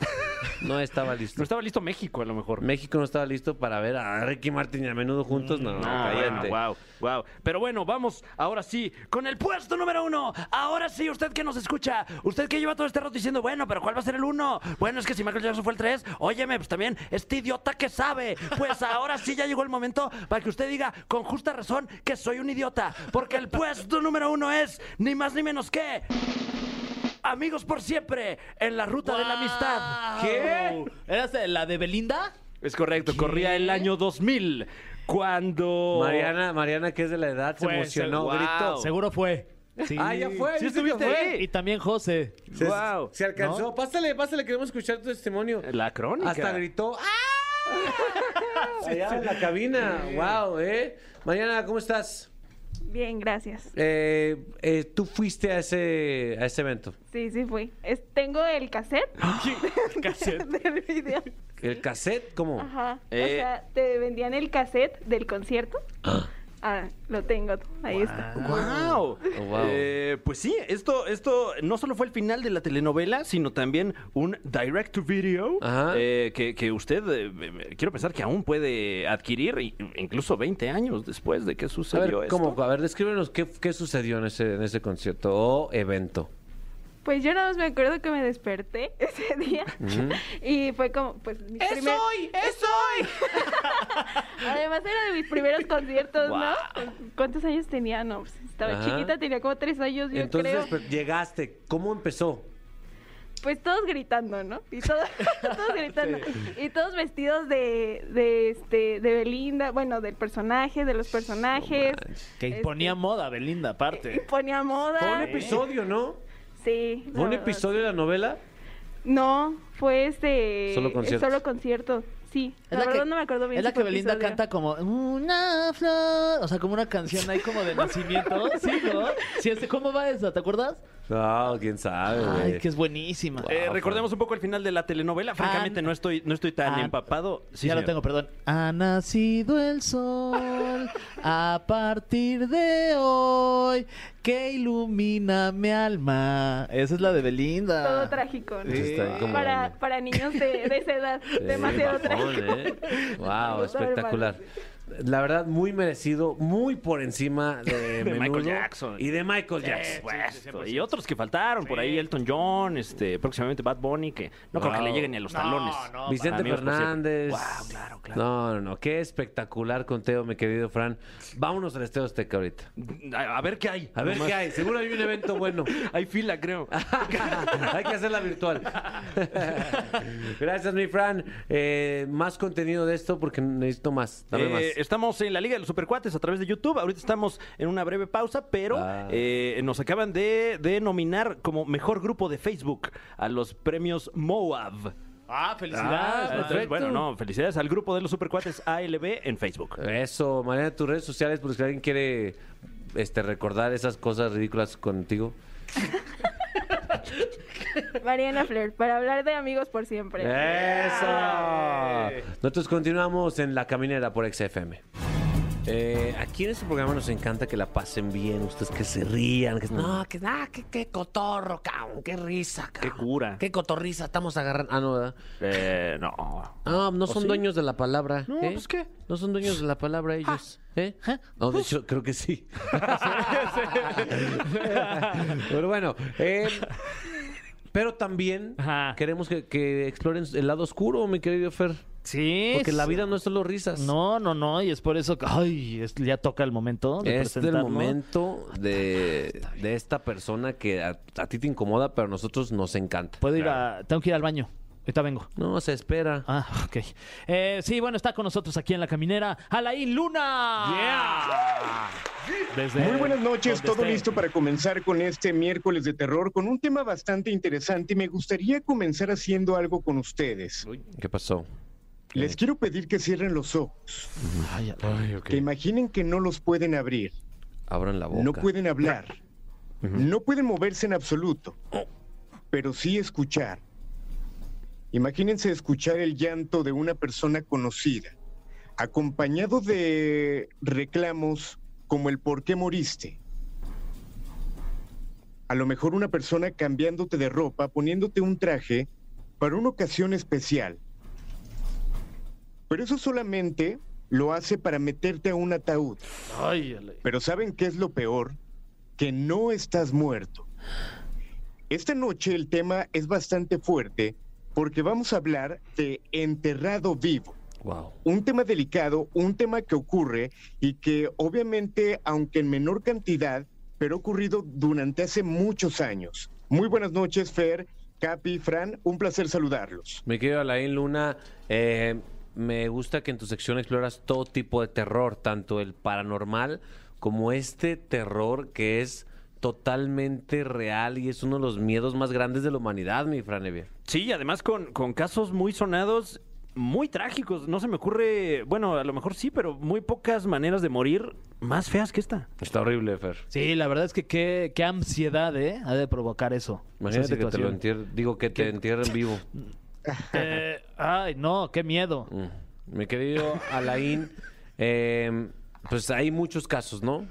S1: No estaba listo.
S3: No estaba listo México, a lo mejor.
S1: México no estaba listo para ver a Ricky Martin y a menudo juntos.
S2: Mm,
S1: No,
S3: No,
S1: cállate.
S3: Ah, bueno, wow, wow. Pero bueno, vamos ahora sí con el puesto número uno. Ahora sí, usted que nos escucha, usted que lleva todo este rato diciendo, bueno, pero ¿cuál va a ser el uno? Bueno, es que si Michael Jackson fue el tres, óyeme, pues también este idiota que sabe. Pues ahora sí ya llegó el momento para que usted diga con justa razón que soy un idiota. Porque el puesto número uno es ni más ni menos que. Amigos por siempre en la ruta de la amistad.
S2: ¿Qué? ¿Eras de la de Belinda?
S3: Es correcto, corría el año 2000
S1: Oh.
S3: cuando
S1: Mariana, Mariana, que es de la edad, se
S2: Fue,
S1: emocionó.
S3: se-
S1: Grito.
S3: wow.
S2: Seguro fue. Sí.
S1: Ah, ya fue,
S2: Sí,
S1: dice que
S2: estuviste
S1: fue.
S2: ahí. Y también José.
S1: Se,
S3: Wow.
S1: se alcanzó. Pásale, pásale, queremos escuchar tu testimonio.
S3: La crónica.
S1: Hasta gritó. ¡Ah! Allá en la cabina. Wow, ¿eh? Mariana, ¿cómo estás?
S6: Bien, gracias.
S1: Eh, eh, tú fuiste a ese, a ese evento.
S6: Sí, sí fui. Es- tengo el cassette
S2: cassette.
S6: del video.
S1: ¿El cassette? ¿Cómo?
S6: Ajá.
S3: Eh.
S6: O sea, te vendían el cassette del concierto. Ah, lo tengo. Ahí está.
S3: ¡Wow!
S1: Oh, wow.
S3: pues sí, esto, esto no solo fue el final de la telenovela, sino también un direct to video
S1: Ajá.
S3: eh, que, que usted, eh, eh, quiero pensar que aún puede adquirir, i- incluso 20 años después de que
S1: A
S3: sucedió
S1: ver,
S3: esto.
S1: ¿cómo? A ver, descríbenos qué, qué sucedió en ese, en ese concierto o evento.
S6: Pues yo nada más me acuerdo que me desperté ese día y fue como, pues mi ¡Es hoy! ¡Es hoy! Además era de mis primeros conciertos, ¿no? Pues, ¿Cuántos años tenía? No, pues estaba
S1: Ajá.
S6: chiquita, tenía como tres años, yo
S1: Entonces
S6: creo.
S1: pues, llegaste. ¿Cómo empezó?
S6: Pues todos gritando, ¿no? Y todo- todos gritando. Y todos vestidos de, de, este, de Belinda, bueno, del personaje, de los personajes.
S2: Que imponía moda, Belinda,
S6: Y
S2: aparte.
S6: ponía moda.
S1: Fue un episodio, ¿no?
S6: Ah. Sí. la
S1: Fue un
S6: verdad.
S1: episodio de la novela.
S6: No, fue este.
S1: Solo concierto.
S6: Solo concierto. Sí. la, verdad no me acuerdo bien.
S2: es la
S6: si
S2: que
S6: fue
S2: Belinda
S6: episodio.
S2: canta como una flor, o sea, como una canción ahí como de nacimiento, ¿sí, no? Sí, este, ¿Cómo va esa? ¿Te acuerdas?
S1: No, quién sabe.
S2: Ay,
S1: güey.
S2: que es buenísima.
S3: Eh, recordemos un poco el final de la telenovela. Francamente, no estoy, no estoy tan
S2: Ah,
S3: empapado. Sí,
S2: ya
S3: señor.
S2: lo tengo, perdón. Ha nacido el sol a partir de hoy que ilumina mi alma. Esa es la de Belinda.
S6: Todo trágico, ¿no?
S1: Sí, está como-
S6: Para, para niños de, de esa edad.
S1: Sí,
S6: demasiado
S1: bajón,
S6: trágico.
S1: ¿eh? Wow,
S6: Me gusta ver
S1: espectacular. La verdad, muy merecido, muy por encima de, Menudo
S3: Michael Jackson.
S1: Y de Michael
S3: Sí,
S1: Jackson.
S3: supuesto. y otros que faltaron, por ahí Elton John, este, próximamente Bad Bunny, que no creo que
S1: Wow.
S3: le lleguen ni a los
S2: No,
S3: talones.
S2: no,
S1: Vicente
S3: Amigos por siempre.
S1: Fernández.
S3: Wow, claro, claro.
S1: No, no, no. Qué espectacular conteo, mi querido Fran. Vámonos al Esteo Azteca ahorita.
S3: A, a ver qué hay.
S1: A ver
S3: Nomás.
S1: qué hay. Seguro hay un evento bueno.
S3: Hay fila, creo.
S1: hay que hacerla virtual. Gracias, mi Fran. Eh, más contenido de esto porque necesito más. Dame
S3: Eh,
S1: más.
S3: Estamos en la Liga de los Supercuates a través de YouTube. Ahorita estamos en una breve pausa, pero
S1: Ah.
S3: eh, nos acaban de, de nominar como mejor grupo de Facebook a los premios MOAB.
S2: Ah,
S1: Ah,
S2: felicidades.
S1: perfecto.
S3: bueno, no, felicidades al grupo de los Supercuates ALB en Facebook.
S1: Eso, Mariana, tus redes sociales, por si alguien quiere este, recordar esas cosas ridículas contigo.
S6: Mariana Flair, para hablar de amigos por siempre.
S1: ¡Eh! ¡Eso! Nosotros continuamos en La Caminera por XFM. Eh, aquí en este programa nos encanta que la pasen bien, ustedes que se rían,
S3: Mm.
S1: que no,
S7: No, que nada, que, que cotorro, cabrón. Qué risa,
S3: Qué
S7: cabrón.
S3: cura.
S1: qué cotorriza estamos agarrando. Ah, no, ¿verdad?
S3: Eh, no.
S1: Ah, no son
S3: sí?
S1: dueños de la palabra.
S3: No,
S1: ¿eh?
S3: pues, ¿qué?
S1: No son dueños de la
S2: Ah.
S1: palabra ellos. ¿Eh? No, de hecho, creo que sí. pero bueno, eh, pero también
S2: Ajá.
S1: queremos que, que exploren el lado oscuro, mi querido Fer.
S2: Sí.
S1: Porque la vida no es solo risas.
S2: No, no, no, y es por eso que ay, es- ya toca el momento de
S1: Es el
S2: presentarlo.
S1: momento de, de esta persona que a, a ti te incomoda, pero a nosotros nos encanta.
S2: Puedo ir a... Tengo que ir al baño. Ahorita vengo.
S1: No, se espera.
S2: Ah, ok. Eh, sí, bueno, está con nosotros aquí en la caminera Alain Luna. Yeah. Desde
S8: Muy buenas noches,
S2: donde
S8: todo
S2: esté.
S8: listo para comenzar con este miércoles de terror con un tema bastante interesante y me gustaría comenzar haciendo algo con ustedes.
S1: ¿Qué pasó?
S8: Les quiero pedir que cierren los ojos,
S2: Ay, ay,
S8: que imaginen que no los pueden abrir,
S1: Abran la boca.
S8: no pueden hablar, no pueden moverse en absoluto, pero sí escuchar. Imagínense escuchar el llanto de una persona conocida, acompañado de reclamos como el por qué moriste. A lo mejor una persona cambiándote de ropa, poniéndote un traje para una ocasión especial. Pero eso solamente lo hace para meterte a un ataúd.
S2: ay, Ale.
S8: Pero ¿saben qué es lo peor? Que no estás muerto. Esta noche el tema es bastante fuerte porque vamos a hablar de enterrado vivo.
S1: Wow.
S8: Un tema delicado, un tema que ocurre y que obviamente, aunque en menor cantidad, pero ha ocurrido durante hace muchos años. Muy buenas noches, Fer, Capi, Fran, un placer saludarlos.
S1: Mi querido Alain Luna, eh, me gusta que en tu sección exploras todo tipo de terror, tanto el paranormal como este terror que es totalmente real y es uno de los miedos más grandes de la humanidad, mi Franevia.
S3: Sí, y además con, con casos muy sonados, muy trágicos. No se me ocurre, bueno, a lo mejor sí, pero muy pocas maneras de morir más feas que esta.
S1: Está horrible, Fer.
S2: Sí, la verdad es que qué, qué ansiedad, ¿eh? Ha de provocar eso.
S1: Imagínate
S2: esa
S1: que te lo
S2: situación.
S1: entierren, digo que te entierren vivo.
S2: Eh, ay, no, qué miedo.
S1: Mm. Mi querido Alain, eh, pues hay muchos casos, ¿no?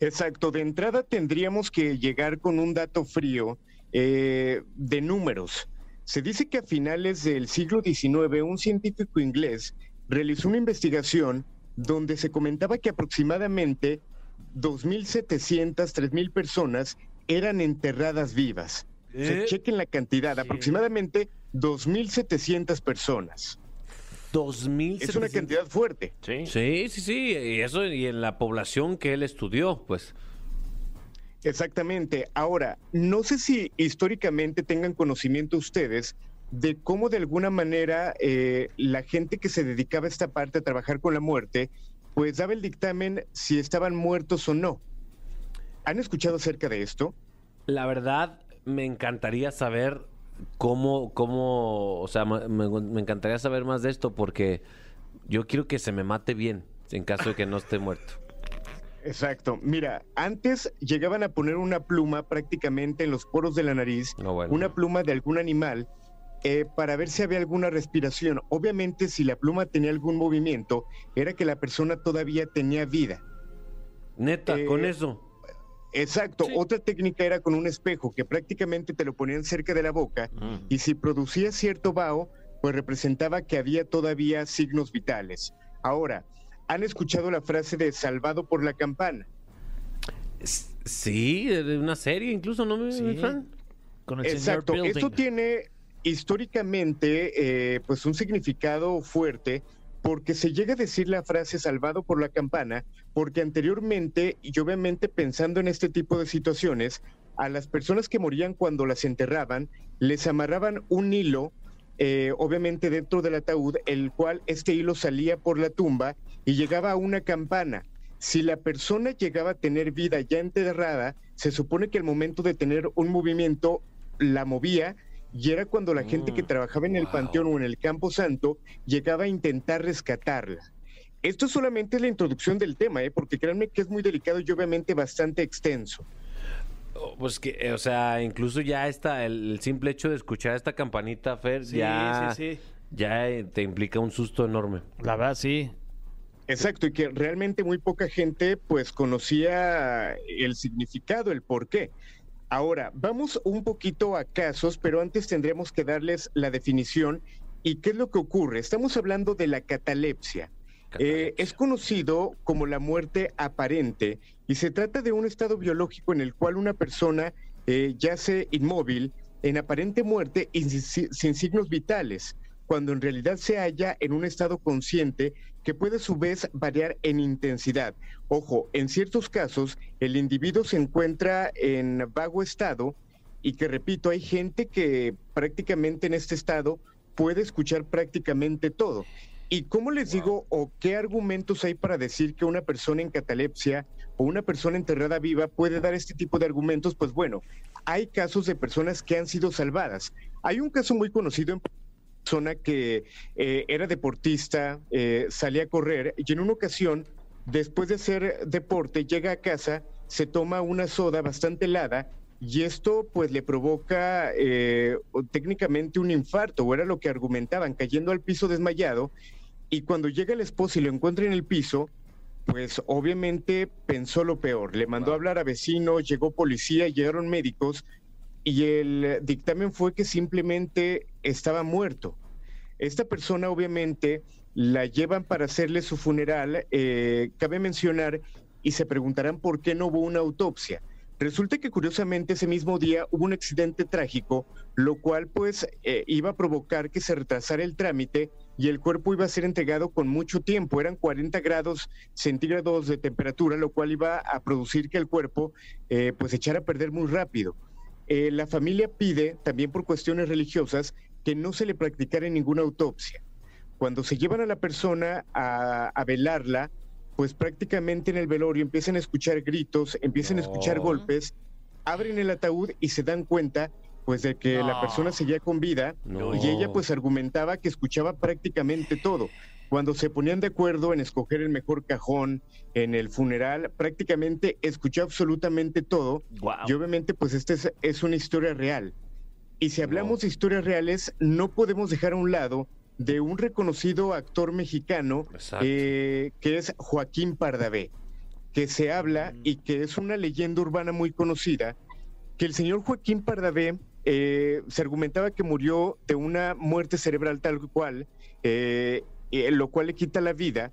S8: Exacto, de entrada tendríamos que llegar con un dato frío eh, de números. Se dice que a finales del siglo XIX un científico inglés realizó una investigación donde se comentaba que aproximadamente 2.700, 3.000 personas eran enterradas vivas. Se chequen la cantidad, aproximadamente 2.700 personas.
S1: Dos mil.
S8: Es una cantidad fuerte.
S3: Sí.
S1: Sí, sí, sí, y eso y en la población que él estudió, pues.
S8: Exactamente. Ahora, no sé si históricamente tengan conocimiento ustedes de cómo de alguna manera eh, la gente que se dedicaba a esta parte a trabajar con la muerte, pues daba el dictamen si estaban muertos o no. ¿Han escuchado acerca de esto?
S1: La verdad, me encantaría saber cómo, cómo, o sea, ma- me, me encantaría saber más de esto porque yo quiero que se me mate bien en caso de que no esté muerto.
S8: Exacto. Mira, antes llegaban a poner una pluma prácticamente en los poros de la nariz,
S1: No, bueno.
S8: una pluma de algún animal, eh, para ver si había alguna respiración. Obviamente, si la pluma tenía algún movimiento, era que la persona todavía tenía vida.
S1: Neta, con
S8: Eh,
S1: eso.
S8: Exacto. Otra técnica era con un espejo que prácticamente te lo ponían cerca de la boca
S1: Mm.
S8: y si producía cierto vaho, pues representaba que había todavía signos vitales. Ahora, ¿han escuchado la frase de salvado por la campana?
S1: S- Sí, de de una serie incluso, ¿no, mi-
S2: Sí.
S1: mi Fran?
S2: Con el
S8: Exacto.
S2: señor Building.
S8: Esto tiene históricamente eh, pues un significado fuerte porque se llega a decir la frase salvado por la campana porque anteriormente y obviamente pensando en este tipo de situaciones a las personas que morían cuando las enterraban les amarraban un hilo eh, obviamente dentro del ataúd el cual este hilo salía por la tumba y llegaba a una campana si la persona llegaba a tener vida ya enterrada, se supone que al momento de tener un movimiento la movía y era cuando la gente que trabajaba en el panteón o en el campo santo llegaba a intentar rescatarla. Esto solamente es la introducción del tema, ¿eh? porque créanme que es muy delicado y obviamente bastante extenso.
S1: Oh, Pues que, eh, o sea, incluso ya está el, el simple hecho de escuchar esta campanita, Fer,
S2: Sí,
S1: ya,
S2: sí, sí.
S1: ya eh, te implica un susto enorme.
S2: La verdad, sí.
S8: Exacto, y que realmente muy poca gente pues conocía el significado, el por qué. Ahora, vamos un poquito a casos, pero antes tendremos que darles la definición y qué es lo que ocurre. Estamos hablando de la catalepsia. Eh, es conocido como la muerte aparente y se trata de un estado biológico en el cual una persona eh, yace inmóvil en aparente muerte y sin, sin signos vitales, cuando en realidad se halla en un estado consciente que puede a su vez variar en intensidad. Ojo, en ciertos casos el individuo se encuentra en vago estado y que repito, hay gente que prácticamente en este estado puede escuchar prácticamente todo. ¿Y cómo les digo o qué argumentos hay para decir que una persona en catalepsia o una persona enterrada viva puede dar este tipo de argumentos? Pues bueno, hay casos de personas que han sido salvadas. Hay un caso muy conocido en persona que eh, era deportista, eh, salía a correr y en una ocasión, después de hacer deporte, llega a casa, se toma una soda bastante helada y esto pues le provoca eh, o- técnicamente un infarto, o era lo que argumentaban, cayendo al piso desmayado y cuando llega el esposo y lo encuentra en el piso, pues obviamente pensó lo peor, le mandó a hablar a vecinos, llegó policía, llegaron médicos y el eh, dictamen fue que simplemente estaba muerto. Esta persona obviamente la llevan para hacerle su funeral, eh, cabe mencionar, y se preguntarán por qué no hubo una autopsia. Resulta que curiosamente ese mismo día hubo un accidente trágico, lo cual pues eh, iba a provocar que se retrasara el trámite y el cuerpo iba a ser entregado con mucho tiempo. Eran 40 grados centígrados de temperatura, lo cual iba a producir que el cuerpo eh, pues echara a perder muy rápido. Eh, la familia pide, también por cuestiones religiosas, que no se le practicara ninguna autopsia. Cuando se llevan a la persona a, a velarla, pues prácticamente en el velorio empiezan a escuchar gritos, empiezan a escuchar golpes, abren el ataúd y se dan cuenta pues de que la persona seguía con vida
S1: No.
S8: y ella pues argumentaba que escuchaba prácticamente todo. Cuando se ponían de acuerdo en escoger el mejor cajón en el funeral, prácticamente escuchaba absolutamente todo y obviamente, pues esta es, es una historia real. Y si hablamos de historias reales, no podemos dejar a un lado de un reconocido actor mexicano
S1: Exacto.
S8: eh, que es Joaquín Pardavé, que se habla y que es una leyenda urbana muy conocida, que el señor Joaquín Pardavé eh, se argumentaba que murió de una muerte cerebral tal cual, eh, eh, lo cual le quita la vida,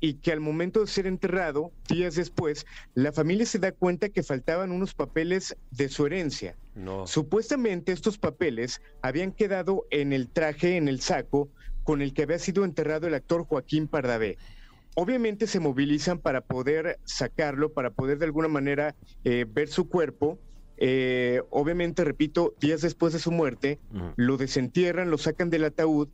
S8: y que al momento de ser enterrado, días después, la familia se da cuenta que faltaban unos papeles de su herencia.
S1: No.
S8: Supuestamente estos papeles habían quedado en el traje, en el saco, con el que había sido enterrado el actor Joaquín Pardavé. Obviamente se movilizan para poder sacarlo, para poder de alguna manera eh, ver su cuerpo. Eh, obviamente, repito, días después de su muerte, lo desentierran, lo sacan del ataúd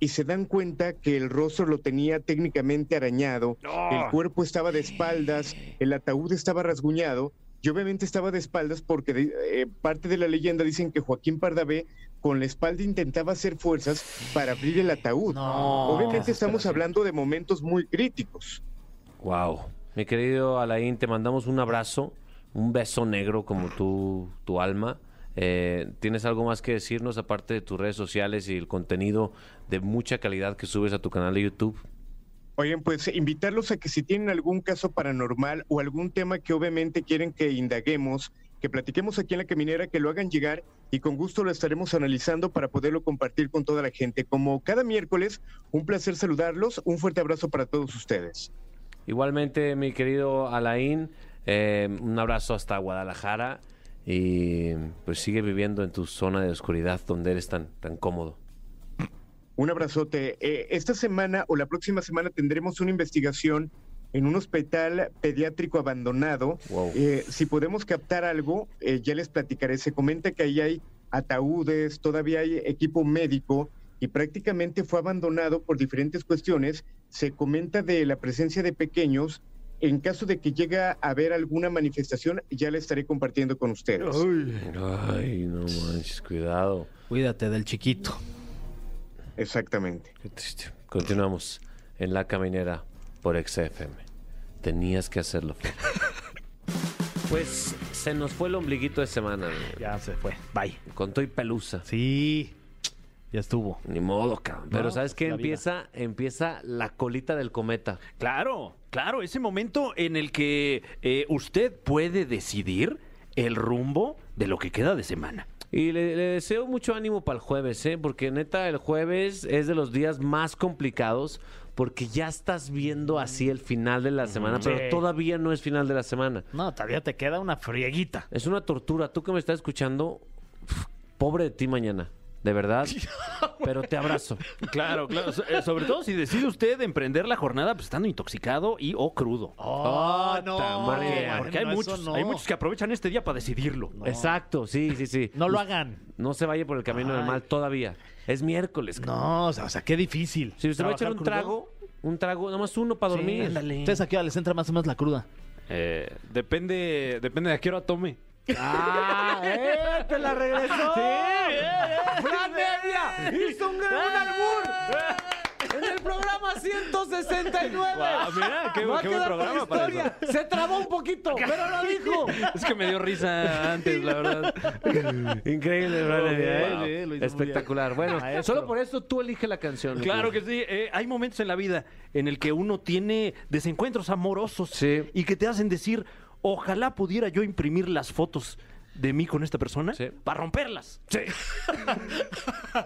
S8: y se dan cuenta que el rostro lo tenía técnicamente arañado, el cuerpo estaba de espaldas, el ataúd estaba rasguñado y obviamente estaba de espaldas porque de- eh, parte de la leyenda dicen que Joaquín Pardavé con la espalda intentaba hacer fuerzas para abrir el ataúd.
S2: No.
S8: obviamente estamos hablando de momentos muy críticos.
S1: Wow. Mi querido Alain, te mandamos un abrazo, un beso negro como tu, tu alma. Eh, ¿Tienes algo más que decirnos aparte de tus redes sociales y el contenido de mucha calidad que subes a tu canal de YouTube?
S8: Oigan, pues invitarlos a que si tienen algún caso paranormal o algún tema que obviamente quieren que indaguemos, que platiquemos aquí en la caminera, que lo hagan llegar y con gusto lo estaremos analizando para poderlo compartir con toda la gente. Como cada miércoles, un placer saludarlos, un fuerte abrazo para todos ustedes.
S1: Igualmente, mi querido Alain, eh, un abrazo hasta Guadalajara y pues sigue viviendo en tu zona de oscuridad donde eres tan, tan cómodo.
S8: Un abrazote. Eh, esta semana o la próxima semana tendremos una investigación en un hospital pediátrico abandonado.
S1: Wow.
S8: Eh, si podemos captar algo, eh, ya les platicaré. Se comenta que ahí hay ataúdes, todavía hay equipo médico y prácticamente fue abandonado por diferentes cuestiones. Se comenta de la presencia de pequeños. En caso de que llegue a haber alguna manifestación, ya la estaré compartiendo con ustedes.
S1: Ay, no manches, cuidado.
S2: Cuídate del chiquito.
S8: Exactamente.
S1: Qué triste. Continuamos en La Caminera por XFM. Tenías que hacerlo. Fer. Pues se nos fue el ombliguito de semana.
S2: Ya se fue. Bye.
S1: Con y pelusa.
S2: Sí. Ya estuvo.
S1: Ni modo, cabrón. Pero
S2: No,
S1: ¿sabes
S2: pues,
S1: qué?
S2: la vida.
S1: Empieza, empieza la colita del cometa.
S3: Claro, claro, ese momento en el que eh, usted puede decidir el rumbo de lo que queda de semana.
S1: Y le, le deseo mucho ánimo para el jueves, ¿eh? Porque neta, el jueves es de los días más complicados porque ya estás viendo así el final de la semana,
S2: Sí.
S1: pero todavía no es final de la semana.
S2: No, todavía te queda una frieguita.
S1: Es una tortura. Tú que me estás escuchando, pf, pobre de ti mañana, de verdad. Pero te abrazo.
S3: Claro, claro. so- eh, Sobre todo si decide usted emprender la jornada pues, estando intoxicado y o crudo.
S2: Oh,
S1: Ah, no,
S3: Porque-
S1: qué bueno,
S3: porque hay muchos, hay muchos que aprovechan este día para decidirlo.
S1: Exacto, sí, sí, sí.
S2: No lo hagan.
S1: No se vaya por el camino del
S2: Ay.
S1: mal todavía. Es miércoles. cabrón.
S2: No, o sea, o sea, qué difícil.
S1: Si usted va a echar
S2: Trabajar
S1: un
S2: crudo.
S1: trago, un trago, nada más uno para dormir.
S3: Ándale.
S2: ¿Ustedes a qué hora les entra más o menos la cruda?
S9: Eh, depende, depende de a qué hora tome.
S1: ¡Ah! ¡Eh! ¡Te la regresó! ¡Sí!
S9: eh,
S1: ¡Fran Evia! ¡Hizo un gran un albur! ¡En el programa 169!
S9: Eh. Guau, mira, qué bu-
S1: Va a
S9: qué buen
S1: quedar
S9: programa
S1: para
S9: para
S1: la historia. Se trabó un poquito, pero lo dijo.
S9: Es que me dio risa antes, la verdad.
S1: Increíble, Fran Evia.
S2: Wow.
S1: ¿eh?
S2: Sí, lo hizo
S1: Espectacular. Bueno, solo por eso tú elige la canción. mi
S3: Claro que
S1: querido.
S3: sí. eh, hay momentos en la vida en el que uno tiene desencuentros amorosos
S1: Sí.
S3: y que te hacen decir, ojalá pudiera yo imprimir las fotos de mí con esta persona
S1: Sí.
S3: para romperlas. Sí.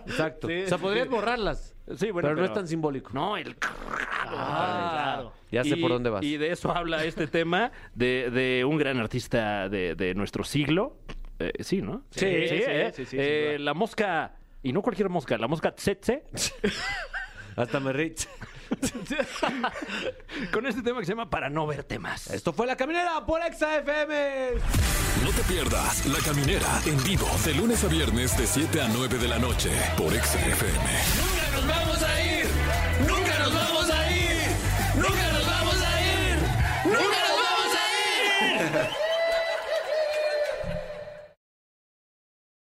S1: Exacto.
S3: Sí,
S1: o sea,
S3: sí,
S1: podrías
S3: sí.
S1: borrarlas.
S3: Sí, bueno,
S1: pero, no
S3: pero-
S1: es tan simbólico.
S3: No, el...
S2: claro.
S1: Ah, Ya sé
S3: Y-
S1: por dónde vas.
S3: Y de eso habla este tema de, de un gran artista de, de nuestro siglo. Eh, sí, ¿no?
S1: Sí, sí,
S3: ¿eh?
S9: sí, sí, sin
S3: Eh,
S9: duda.
S3: la mosca, y no cualquier mosca, la mosca tsetse,
S1: Hasta me reí.
S3: con este tema que se llama Para no verte más.
S1: Esto fue La Caminera por Exa FM.
S5: No te pierdas La Caminera en vivo de lunes a viernes de 7 a 9 de la noche por Exa FM.